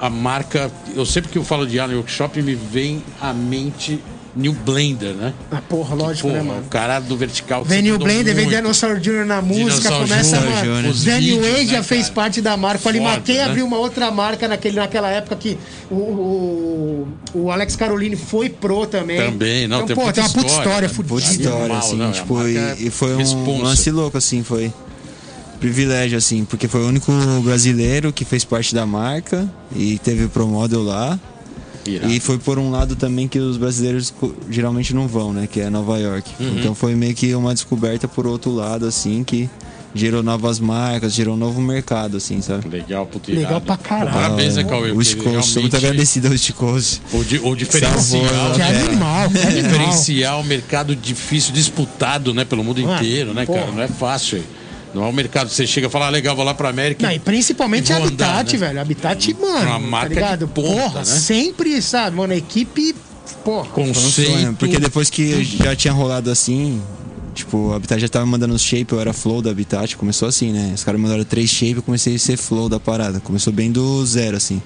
a marca. Eu sempre que eu falo de Allen Workshop, me vem à mente New Blender, né?
Ah, porra, lógico,
Pô,
né,
o
mano?
cara do vertical. que
Vem
sempre
New
mudou
Blender, vem
muito.
Dinosaur Jr. na música,
Dinosaur
começa,
Jr.,
mano.
os
The New
vídeos,
Age
né,
já fez
cara?
parte da marca. O
Foda,
Alimaquei
né?
abriu uma outra marca naquele, naquela época que o, o, o Alex Caroline foi pro também.
Também, não,
então,
tem
pô,
puta
tem uma puta
história,
história,
cara.
Puta
fudida.
história,
Animal,
assim,
não, é
tipo,
uma
e,
marca
e foi um
responsa.
lance louco, assim, foi privilégio, assim, porque foi o único brasileiro que fez parte da marca e teve o Pro Model lá.
Irado.
E foi por um lado também que os brasileiros co-
Uhum.
geralmente não vão, né? Que é Nova York. Então foi meio que uma descoberta por outro lado, assim, que gerou novas marcas, gerou um novo mercado, assim, sabe?
Legal, puto
Legal
irado.
pra caralho. tá
Parabéns, né, Cauê?
O
Porque
Chicoso, sou muito
realmente-
agradecido ao Chicoso.
O, di- o diferencial.
Salvou,
Que é
né?
animal, que animal.
Diferencial, mercado difícil, disputado, né, pelo mundo
Ué,
inteiro, né, cara?
porra.
Não é fácil. hein? Não é um mercado que você chega e fala, ah, legal, vou lá pra América.
Não, e principalmente
E vou
Habitat,
andar, né?
velho. Habitat, mano.
Uma marca
tá ligado?
de ponta,
porra,
né?
sempre, sabe, mano, a equipe. Porra.
Foi um
Conceito.
sonho, porque depois que já tinha rolado assim, tipo, o Habitat já tava mandando os shape, eu era flow da Habitat, começou assim, né? Os caras mandaram três shape, eu comecei a ser flow da parada. Começou bem do zero, assim.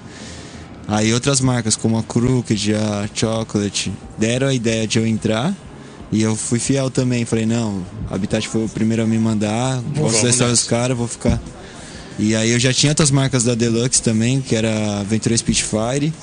Aí outras marcas, como a Crooked, a Chocolate, deram a ideia de eu entrar. E eu fui fiel também, falei, não, a Habitat foi o primeiro a me mandar, vou
Vamos
selecionar
nessa.
os caras, vou ficar. E aí eu já tinha outras marcas da Deluxe também, que era a Ventura Spitfire.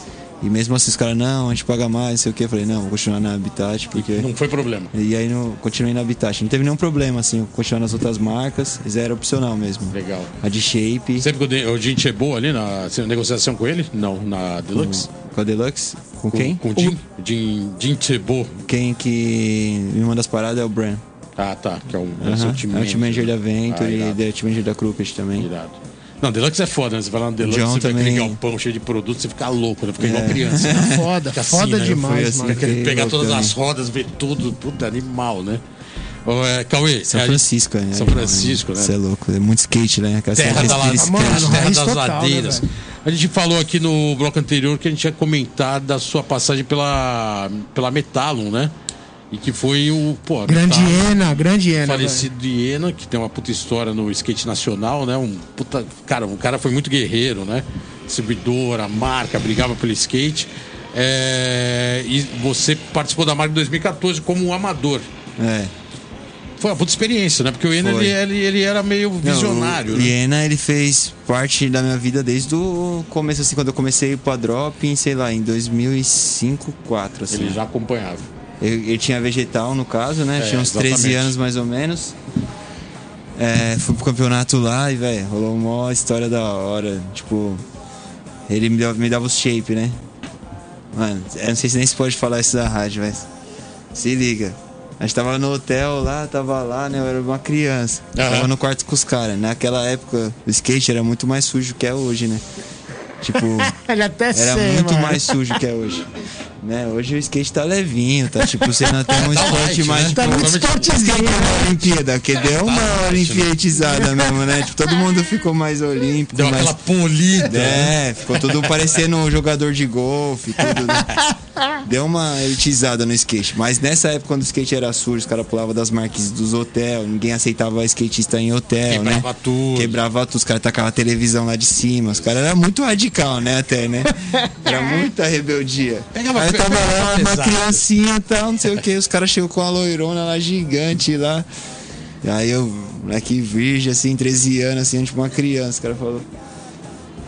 E mesmo assim os caras, não, a gente paga mais, não sei o que. Eu falei, não, vou continuar na Habitat, porque.
Não foi problema.
E aí no, continuei na Habitat. Não teve nenhum problema, assim, eu continuar nas outras marcas, mas era opcional mesmo.
Legal.
A de Shape.
Sempre que o de- o gente é boa ali na você- negociação com ele? Não, na Deluxe?
Com a Deluxe? Com quem?
Com o Jim? Jim, Jim Tebô.
Quem que me manda as paradas é o Bran.
Ah, tá. Que é o, é o
Aham,
seu
É o team manager da
Ah,
Venture
irado.
e da team manager da Crooked também.
Irado. Não, Deluxe é foda, né? Você vai lá no Deluxe,
John
você vê aquele
também.
galpão cheio de produtos, você fica louco, né? Fica igual criança. né?
Foda,
Fica assim,
foda
né?
Foi
demais,
assim
mano.
que-
Quer pegar
louco,
todas
né?
as rodas, ver tudo. Puta, animal, né? Ô, é, Cauê,
São
é,
Francisco, né?
São Francisco, né?
Você é louco, é muito skate, né? Aquela
Terra,
cidade
da
respira skate.
ladeiras,
mano,
terra
raiz
das
total, né,
ladeiras.
velho?
a gente falou aqui no bloco anterior que a gente ia comentar da sua passagem pela, pela Metallum, né? E que foi o. Pô, a
Grande né,
Metallum,
Ena, grande é. Ena.
falecido de Iena, que tem uma puta história no skate nacional, né? Um puta. Cara, um cara foi muito guerreiro, né? Distribuidora, marca, brigava pelo skate. É, E você participou da marca em 2014 como um amador.
É.
Foi uma puta experiência, né? Porque o Iena,
Foi.
ele, ele, ele era meio visionário,
Não, o
né?
Liena, ele fez parte da minha vida desde o começo, assim, quando eu comecei pra drop, sei lá, em 2005, 4, assim.
Ele já acompanhava.
Eu, eu tinha vegetal, no caso, né?
É,
tinha uns
exatamente.
13 anos, mais ou menos. É, fui pro campeonato lá e, velho, rolou uma história da hora. Tipo, ele me dava, me dava os shape, né? Mano, eu não sei se nem se pode falar isso da rádio, mas... Se liga. A gente tava no hotel lá, tava lá, né? Eu era uma criança.
Aham.
Tava no quarto com os caras. né? Naquela época, o skate era muito mais sujo que é hoje, né? Tipo...
Ele até
Era
sei,
muito
mano.
mais sujo que é hoje. Né? Hoje o skate tá levinho, tá tipo sendo até um
light,
esporte mais.
né?
Tipo,
Tá muito
Provavelmente-
esportezinho, né?
uma Olimpíada, que deu uma
light, né?
olimpíadizada mesmo, né? Tipo, todo mundo ficou mais olímpico.
Deu
mais...
aquela polida.
É, ficou tudo parecendo um jogador de golfe, tudo, né? Deu uma elitizada no skate. Mas nessa época, quando o skate era sujo, os caras pulavam das marques dos hotéis, ninguém aceitava skatista em hotel, né?
Quebrava tudo.
Quebrava tudo, os caras tacavam a televisão lá de cima. Os caras eram muito radical, né? Até, né? Era muita rebeldia.
Pegava-
Aí eu tava
pegava
lá, uma
pesado.
criancinha e tal, não sei o que. Os caras chegam com a loirona lá gigante lá. Aí eu, moleque virgem, assim, 13 anos, assim, tipo uma criança, o cara falou.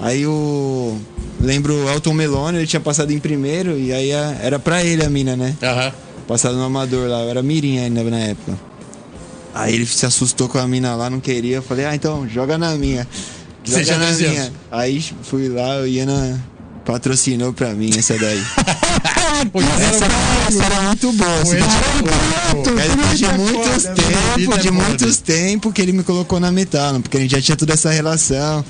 Aí o. Lembro o Elton Meloni, ele tinha passado em primeiro, e aí a- era pra ele a mina, né?
Aham.
Passado no amador lá, eu era Mirim ainda na época. Aí ele se assustou com a mina lá, não queria. Eu falei, ah, então, joga na minha. Joga
Seja
na
licença.
minha. Aí fui lá, o Iana patrocinou pra mim essa daí.
Pô, já era
Essa essa era muito boa. assim, tipo, é depois de muitos
Vida é
tempos, de
foda.
muitos tempos que ele me colocou na metal, porque a gente já tinha toda essa relação.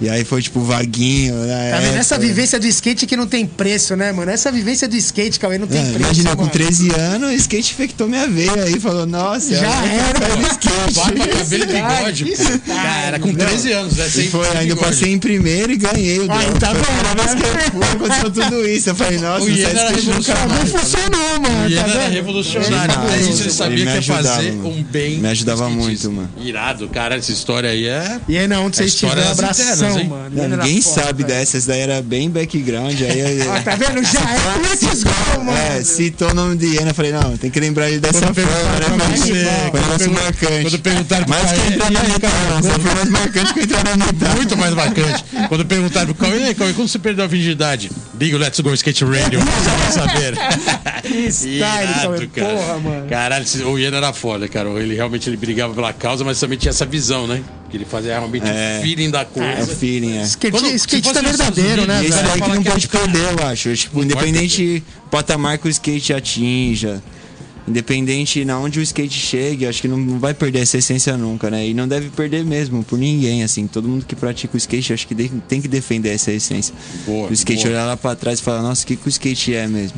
E aí foi tipo vaguinho, né?
Tá vendo? Essa
época.
vivência do skate que não tem preço, né, mano? Essa vivência do skate, Cauê, não tem
É,
preço.
imagina, com
mano.
13 anos, o skate infectou minha veia aí, falou, nossa,
Já
eu-
era, mano.
Barba, cabelo e bigode. pô.
Isso,
Cara, com 13 anos, né?
E
Sem
foi,
sem
ainda eu
bigode.
passei em primeiro e ganhei o
Aí
drop.
tá
Foi a primeira
vendo?
vez que eu fui, aconteceu tudo isso. Eu falei, nossa,
O
não
Ian
sai
era
skate nunca mais.
Não
revolucionário.
funcionou,
E
mano. tá
ele era
vendo?
revolucionário.
Ele
Por isso ele
me
sabia que ia
ajudava,
fazer
mano.
um bem.
Me ajudava
skatista.
muito, mano.
Irado, cara, essa história aí é.
E aí, não, onde
A
vocês
história
tiveram
das
abração,
internas, hein?
mano.
Não,
Ele era
ninguém
foda,
sabe
velho.
dessa, essa daí era bem background. Aí eu-
Ó,
Ah,
tá vendo? Já é com esses gols, mano.
É, citou o nome de Iena, eu falei, não, tem que lembrar ele dessa
Quando
forma,
perguntaram
né?
pra
Mas
você,
foi um
quando
negócio
pergun-
marcante.
quando perguntaram "É, pra
Mas tá
ele,
que entrar na metal, foi mais marcante que entrar na metal.
Muito mais marcante. Quando perguntaram é, pro Cauê, "E aí, Cauê, como você perdeu a virgindade? Liga o Let's Go Skate Radio, você vai saber.
Style, Cauê.
cara.
Porra, mano.
Caralho, esse- o Ian era foda, cara. Ele realmente ele brigava pela causa, mas também tinha essa visão, né? Que ele fazia realmente
É.
o feeling da coisa.
É o feeling, é.
Skate,
Quando- se
skatista
fosse nos Estados
verdadeiro,
Unidos,
né,
E
velho?
isso daí que
fala
não
que é
pode perder, eu acho. Tipo,
pode
independente do patamar que o skate atinja, Independente na onde o skate chegue, acho que não, não vai perder essa essência nunca, né? E não deve perder mesmo, por ninguém, assim. Todo mundo que pratica o skate, acho que de- tem que defender essa essência.
Boa,
o skate
boa.
olhar lá pra trás e falar, nossa, o que, que o skate é mesmo?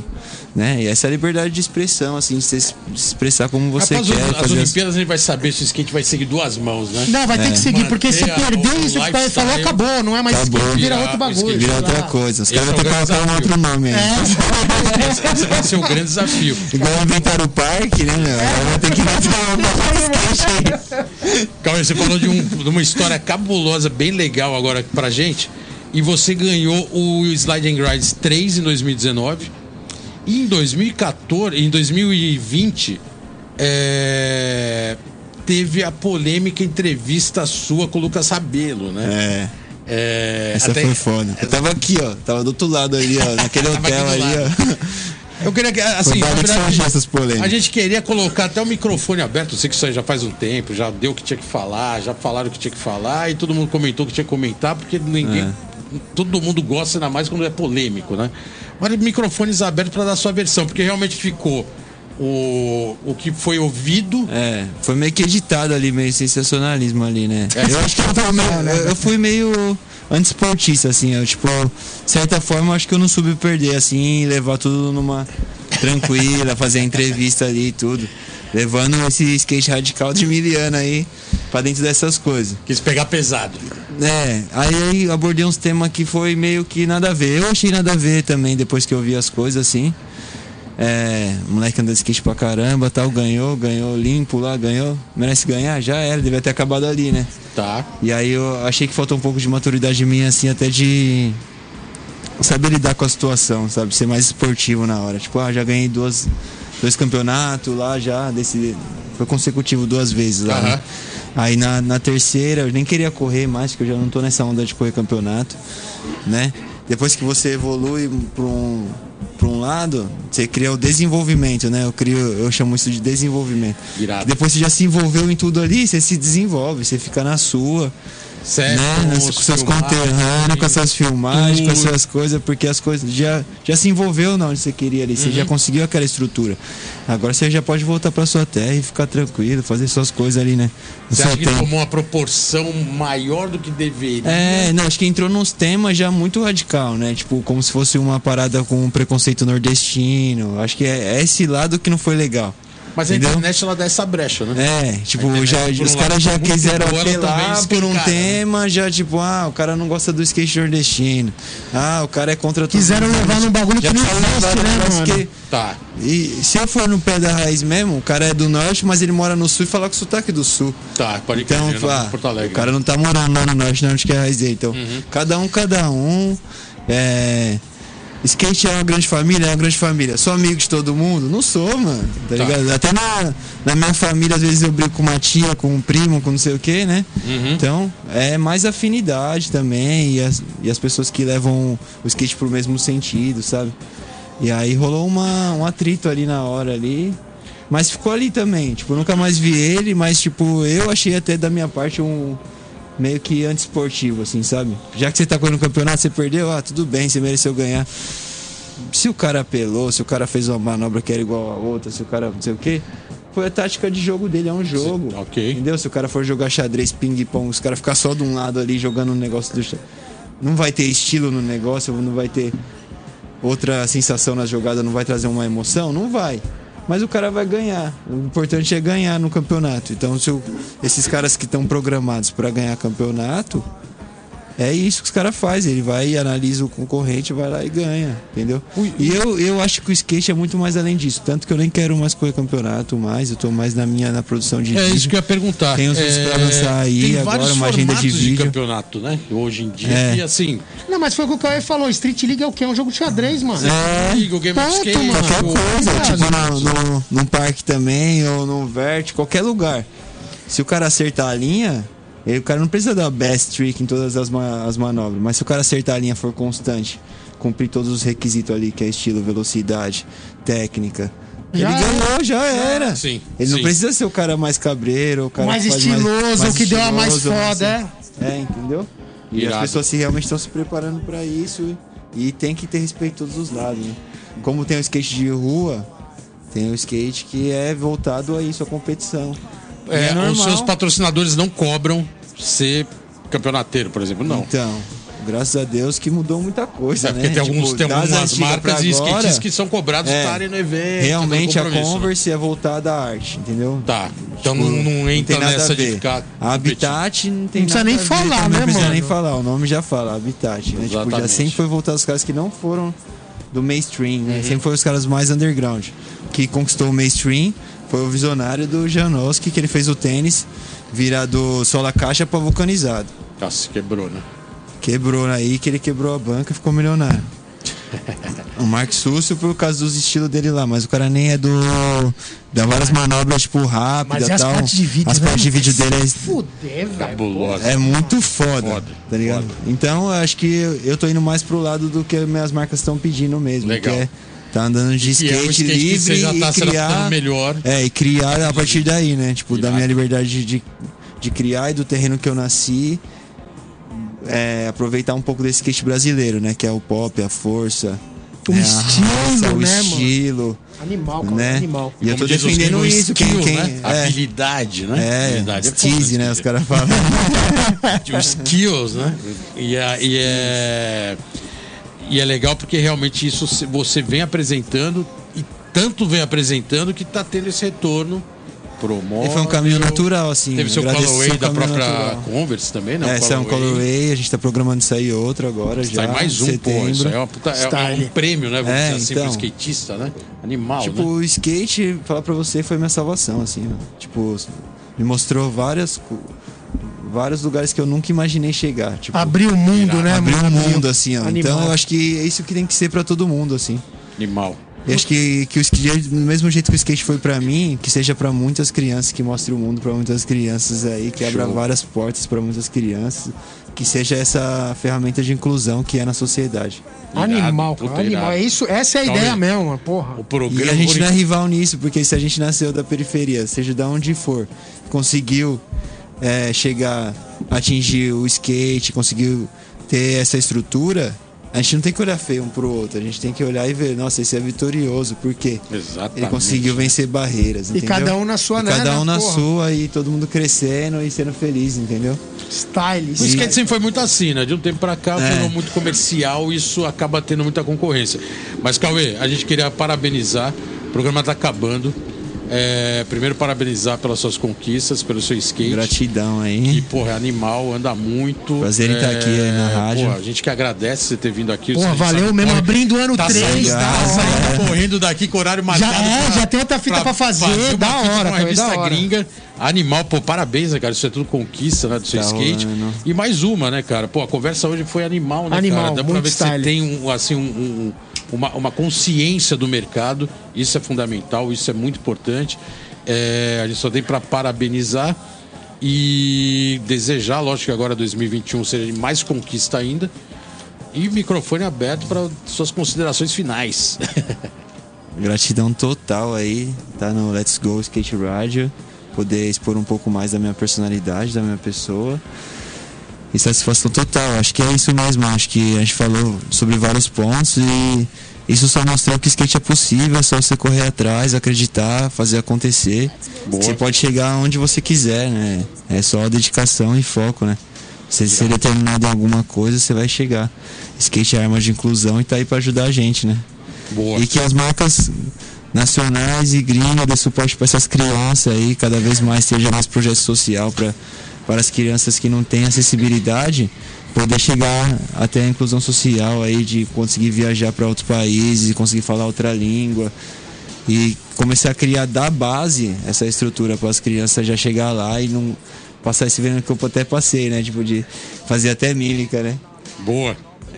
Né? E essa liberdade de expressão, assim, de você se expressar como você
Rapaz,
quer.
as, as
fazer as-
Olimpíadas a gente vai saber se o skate vai seguir duas mãos, né?
Não, vai ter que seguir, porque se
Manter a- Tá
perder
o
isso que o pai falou,
lifestyle.
acabou. Não é mais
Acabou.
skate, vira outro
Virar-
bagulho.
Virar outra
Ah.
coisa. Os
Esse
caras
é
vão
o
ter que
grande
colocar um
desafio.
outro nome aí.
Esse, esse vai ser o grande desafio.
Igual inventaram o parque, né, meu? Agora vai ter que inventar uma parada de skate aí.
Cauê, você falou de, um- de uma história cabulosa, bem legal agora pra gente. E você ganhou o Slide and Grind 3 em 2019. E em 2014, em 2020, é, teve a polêmica entrevista sua com o Lucas Rabelo, né?
É.
É,
Essa
até-
foi foda. Eu tava aqui, ó. Tava do outro lado ali, ó. Naquele
Tava aqui
hotel
do
ali,
lado.
ó.
Eu queria que, assim,
Cuidado
na
que são
verdade,
gestos polêmicos.
a gente queria colocar até o microfone aberto. Eu sei que isso aí já faz um tempo, já deu o que tinha que falar, já falaram o que tinha que falar e todo mundo comentou o que tinha que comentar, porque ninguém.
É.
Todo mundo gosta, ainda mais quando é polêmico, né? Mas microfones abertos para dar a sua versão, porque realmente ficou o, o que foi ouvido.
É, foi meio que editado ali, meio sensacionalismo ali, né? Eu acho que eu tava meio. eu- Eu fui meio antisportista, assim. Eu, tipo, de certa forma, eu acho que eu não soube perder, assim, e levar tudo numa tranquila, fazer a entrevista ali e tudo. Levando esse skate radical de miliano aí pra dentro dessas coisas.
Quis pegar pesado.
É, aí, aí abordei uns temas que foi meio que nada a ver. Eu achei nada a ver também depois que eu vi as coisas assim. É, o moleque andou de skate pra caramba, tal, ganhou, ganhou limpo lá, ganhou. Merece ganhar? Já era, devia ter acabado ali, né?
Tá.
E aí eu achei que faltou um pouco de maturidade minha, assim, até de saber lidar com a situação, sabe? Ser mais esportivo na hora. Tipo, ah, já ganhei duas, dois campeonatos lá, já, desse. Foi consecutivo duas vezes lá. né?
Aham.
Aí na, na terceira eu nem queria correr mais, porque eu já não tô nessa onda de correr campeonato, né? Depois que você evolui para um, pra um lado, você cria o desenvolvimento, né? Eu, crio, eu chamo isso de desenvolvimento.
Irado.
Que Depois você já se envolveu em tudo ali, você se desenvolve, você fica na sua
Certo.
né, nas- com seus conterrâneos, com essas filmagens, com
tudo.
essas coisas, porque as coisas já, já se envolveu na onde você queria ali, você
Uhum.
já conseguiu aquela estrutura. Agora você já pode voltar pra sua terra e ficar tranquilo, fazer suas coisas ali, né? No
Você
seu
acha que
tempo.
tomou uma proporção maior do que deveria?
É, não, acho que entrou nos temas já muito radical, né? Tipo, como se fosse uma parada com um preconceito nordestino. Acho que é, é esse lado que não foi legal.
Mas a
entendeu?
internet ela dá essa brecha, né?
É,
A
tipo,
internet,
já,
por um
os caras
lado,
já
por muito
quiseram
tempo, ela também
apelar por um
escancara, né?
tema, já tipo, ah, o cara não gosta do skate nordestino. Ah, o cara é contra tudo.
Quiseram levar num bagulho que
já
não
tá
existe,
levando um
né,
negócio
mano?
que-
Tá.
E se eu for no pé da raiz mesmo, o cara é do norte, mas ele mora no sul e fala com sotaque do sul.
Tá, pode
Então,
crer, não,
ah,
Porto Alegre. né? Uhum.
o cara não tá morando lá no norte, não, onde que é a raiz dele. Então, cada um, cada um. É... Skate é uma grande família, é uma grande família. Sou amigo de todo mundo? Não sou, mano. Tá,
Tá.
ligado? Até na, na minha família, às vezes eu brigo com uma tia, com um primo, com não sei o que, né?
Uhum.
Então, é mais afinidade também. E as, e as pessoas que levam o skate pro mesmo sentido, sabe? E aí rolou uma, um atrito ali na hora ali. Mas ficou ali também. Tipo, eu nunca mais vi ele, mas tipo, eu achei até da minha parte um meio que antiesportivo, assim, sabe? Já que você tá correndo o campeonato, você perdeu, ah, tudo bem, você mereceu ganhar. Se o cara apelou, se o cara fez uma manobra que era igual a outra, se o cara não sei o quê. Foi a tática de jogo dele, é um jogo.
ok.
Entendeu? Se o cara for jogar xadrez, ping-pong, os caras ficar só de um lado ali jogando um negócio do xa- Não vai ter estilo no negócio, não vai ter outra sensação na jogada não vai trazer uma emoção? Não vai. Mas o cara vai ganhar. O importante é ganhar no campeonato. Então, se o- esses caras que estão programados para ganhar campeonato, é isso que os caras fazem. Ele vai e analisa o concorrente, vai lá e ganha. Entendeu? E eu, eu acho que o skate é muito mais além disso. Tanto que eu nem quero mais correr campeonato mais. Eu tô mais na minha, na produção de
É
vídeo.
isso que eu ia perguntar.
Tem uns vídeos pra lançar aí
tem
agora,
vários
uma agenda de
formatos
vídeo.
campeonato, né? Hoje em dia.
É.
E assim,
Não, mas foi o que o Caio falou. Street League é o quê? É um jogo de xadrez, mano.
É.
liga o Game of
Ponto,
Skate,
mano.
Qualquer
o-
coisa,
verdade,
tipo no, no, num parque também, ou no vert, qualquer lugar. Se o cara acertar a linha, ele- o cara não precisa dar best trick em todas as, ma- as manobras, mas se o cara acertar a linha for constante, cumprir todos os requisitos ali, que é estilo, velocidade, técnica.
Já
ele ganhou, já era.
sim,
ele
sim.
não precisa ser o cara mais cabreiro, o cara
Mais
que faz
estiloso, o que deu a mais
estiloso, mais
foda,
assim. É, entendeu? E
Irado.
as pessoas se realmente estão se preparando pra isso e e tem que ter respeito de todos os lados, né? Como tem o skate de rua, Tem o skate que é voltado a isso, a competição. E
É, os
normal.
seus patrocinadores não cobram ser campeonateiro, por exemplo, não.
Então, graças a Deus que mudou muita coisa,
É
né?
porque tem, alguns, tem
das
algumas
antigas pra
marcas e
agora,
skatistas que são cobrados
é,
de estarem no evento.
Realmente a
todo compromisso, né?
Converse é voltada à arte, entendeu?
Tá. Então
Tipo,
não, não
tem
entra
nada a
nessa de
ver.
ficar.
A Habitat não tem
Não precisa
nada
nem
a ver
falar,
também,
né,
Não precisa nem
mano?
falar, o nome já fala, Habitat. Né? Tipo, já
Exatamente.
sempre foi voltado aos caras que não foram do mainstream, né?
Uhum.
Sempre foi os caras mais underground. Que conquistou o mainstream foi o visionário do Janowski, que ele fez o tênis virar do sola caixa pra vulcanizado.
Tá, se quebrou, né?
Quebrou aí, que ele quebrou a banca e ficou milionário. O Mark Súcio por causa dos estilos dele lá, mas o cara nem é do. Dá várias manobras, tipo,
Mas
rápidas e
e as
tal.
partes de né? vídeo,
As partes de
velho?
vídeo dele é
Fuder,
Tá
velho.
Cabulosa.
é muito foda,
Foda,
tá ligado?
foda.
Então, eu acho que eu tô indo mais pro lado do que minhas marcas estão pedindo mesmo.
Legal.
Que é tá andando de
E
skate,
é um skate que
livre
você já tá
e
se adaptando
criar...
melhor.
É, e criar a partir daí, né? Tipo, da
Irado.
minha liberdade de, de criar e do terreno que eu nasci. é, aproveitar um pouco desse skate brasileiro, né? Que é o pop, a força...
O
né? A
estilo,
o
né, mano?
estilo,
Animal, cara.
né?
Animal.
E eu tô
Como diz os
defendendo
gringos,
isso.
skill,
quem,
né?
quem, é,
Habilidade, né?
é,
Habilidade.
tease, né? Os caras falam.
Os Tipo, skills, né? E é, e é, e é legal porque realmente isso se- você vem apresentando e tanto vem apresentando que tá tendo esse retorno. Promove.
E foi um caminho natural, assim.
Teve seu
agradeço,
colorway
foi um
da
caminho
própria
natural.
Converse também, né?
é, saiu um colorway, a gente tá programando sair outro agora já.
Sai mais um, pô.
setembro.
Isso aí é, uma puta- é
Style.
um prêmio, né? Vamos
É,
dizer assim,
então.
pro skatista, né? Animal,
Tipo,
né?
o skate, falar pra você, foi minha salvação, assim. ó. Tipo, me mostrou várias, co- vários lugares que eu nunca imaginei chegar. Tipo,
Abriu o mundo, né,
abriu
mano?
um mundo, assim, ó.
Animal.
Então eu acho que é isso que tem que ser pra todo mundo, assim.
Animal.
E acho que, que o skate, do mesmo jeito que o skate foi pra mim, que seja pra muitas crianças, que mostre o mundo pra muitas crianças aí, que abra várias portas pra muitas crianças, que seja essa ferramenta de inclusão que é na sociedade.
Animal,
Irado, puta,
cara. Animal.
irado. Tá
É isso, essa é a
Calma
ideia
aí.
mesmo, mano. Porra.
O programa.
E a gente não é
original-
rival nisso, porque se a gente nasceu da periferia, seja de onde for, conseguiu é, chegar, atingir o skate, conseguiu ter essa estrutura, a gente não tem que olhar feio um pro outro, a gente tem que olhar e ver, nossa, esse é vitorioso, por quê?
Exatamente. né?
Ele conseguiu vencer barreiras,
E
entendeu?
cada um na sua,
E
né,
Cada
né,
um na
porra?
sua e todo mundo crescendo e sendo feliz, entendeu?
Style.
O
style.
skate sempre foi muito assim, né? De um tempo pra cá,
É.
virou muito comercial e isso acaba tendo muita concorrência. Mas, Cauê, a gente queria parabenizar. O programa tá acabando. É, primeiro, parabenizar pelas suas conquistas, pelo seu skate.
Gratidão
E,
aí.
porra, é animal, anda muito.
Prazer em
É,
tá aqui aí na rádio.
Porra, a gente que agradece você ter vindo aqui.
Porra,
Você é sabe
valeu mesmo,
como-
abrindo o ano
tá
três,
saindo-
da
tá saindo
hora.
correndo daqui com horário marcado.
é, já tem outra fita pra fazer, da
uma fita
hora,
com uma
cara,
revista
da hora.
gringa. Animal, pô, parabéns, né, cara? Isso é tudo conquista, né, do seu
Da
skate.
hora, né?
E mais uma, né, cara? Pô, a conversa hoje foi animal, né,
Animal,
cara? Dá pra
muito
ver que você
style.
tem, um, assim, um- um- uma, uma consciência do mercado. Isso é fundamental, isso é muito importante. É, a gente só tem pra parabenizar e desejar, lógico que agora 2021 seja de mais conquista ainda. E microfone aberto para suas considerações finais.
Gratidão total aí, tá no Let's Go Skate Radio. Poder expor um pouco mais da minha personalidade, da minha pessoa. E satisfação total, acho que é isso mesmo. Acho que a gente falou sobre vários pontos e isso só mostrou que skate é possível, é só você correr atrás, acreditar, fazer acontecer. Você pode chegar onde você quiser, né? É só dedicação e foco, né? Você ser determinado em alguma coisa, você vai chegar. Skate é arma de inclusão e tá aí pra ajudar a gente, né?
Boa.
E que as marcas nacionais e gringas dê suporte para essas crianças aí, cada vez mais seja mais projeto social pra, para as crianças que não têm acessibilidade, poder chegar até a inclusão social aí, de conseguir viajar para outros países, conseguir falar outra língua. E começar a criar da base essa estrutura para as crianças já chegar lá e não passar esse verão que eu até passei, né? Tipo, de fazer até mímica, né?
Boa.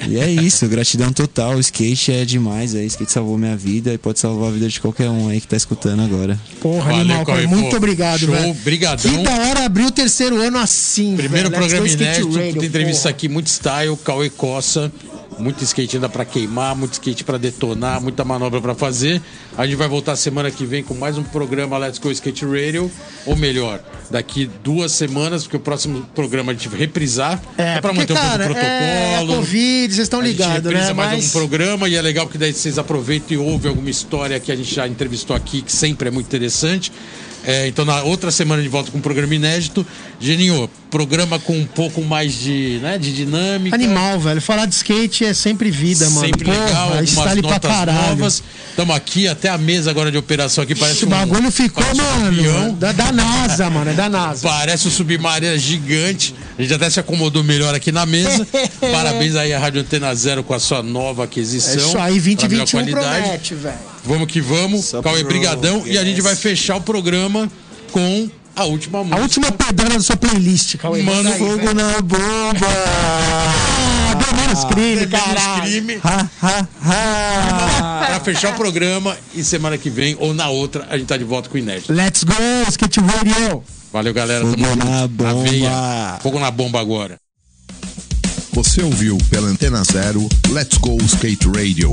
E é isso, gratidão total. O skate é demais aí. O skate salvou minha vida e pode salvar a vida de qualquer um aí que tá escutando agora.
Porra,
Valeu,
animal,
Cauê,
cara.
pô.
Muito obrigado,
Show,
velho.
brigadão.
Que da hora abrir o terceiro ano assim,
Primeiro
velho. Let's
programa
Go Skate
inédito,
Radio,
tem entrevista
porra.
aqui muito style, Cauê Coça. Muito skate ainda pra queimar, muito skate pra detonar, muita manobra pra fazer. A gente vai voltar semana que vem com mais um programa Let's Go Skate Radio. Ou melhor, daqui duas semanas, porque o próximo programa a gente vai reprisar.
É,
pra
porque,
manter um pouco
cara,
do
é
protocolo.
Covid, vocês estão
a
ligados,
gente reprisa
né?
mais um
Mas
programa e é legal que daí vocês aproveitam e ouvem alguma história que a gente já entrevistou aqui, que sempre é muito interessante. É, então, na outra semana de volta com um programa inédito. Geninho, programa com um pouco mais de, né, de dinâmica.
animal, velho. Falar de skate é sempre vida, mano.
Sempre legal,
Porra,
algumas
style pra
notas
caralho.
novas. Estamos aqui, até a mesa agora de operação aqui parece
o
um...
bagulho ficou,
parece um
mano.
avião.
Da, da NASA, mano. É da NASA.
Parece um submarino gigante. A gente até se acomodou melhor aqui na mesa. Parabéns aí à Rádio Antena Zero com a sua nova
É
aquisição.
isso aí,
pra melhor
2021
qualidade.
promete, velho.
Vamos que vamos.
Só
Cauê,
pro-
brigadão. E a gente
yes.
vai fechar o programa com a última
A
música.
última pedrada da sua playlist, Cauê.
Mano,
Sai,
fogo
velho.
na bomba!
Ah, deu menos crime, caralho.
crime.
Ha, ha, ha!
Pra fechar o programa e semana que vem ou na outra a gente tá de volta com o Inédito.
Let's go, skate radio.
Valeu, galera.
Fogo
Tamo junto.
na bomba.
veia. Fogo na bomba agora.
Você ouviu pela Antena Zero Let's Go Skate Radio.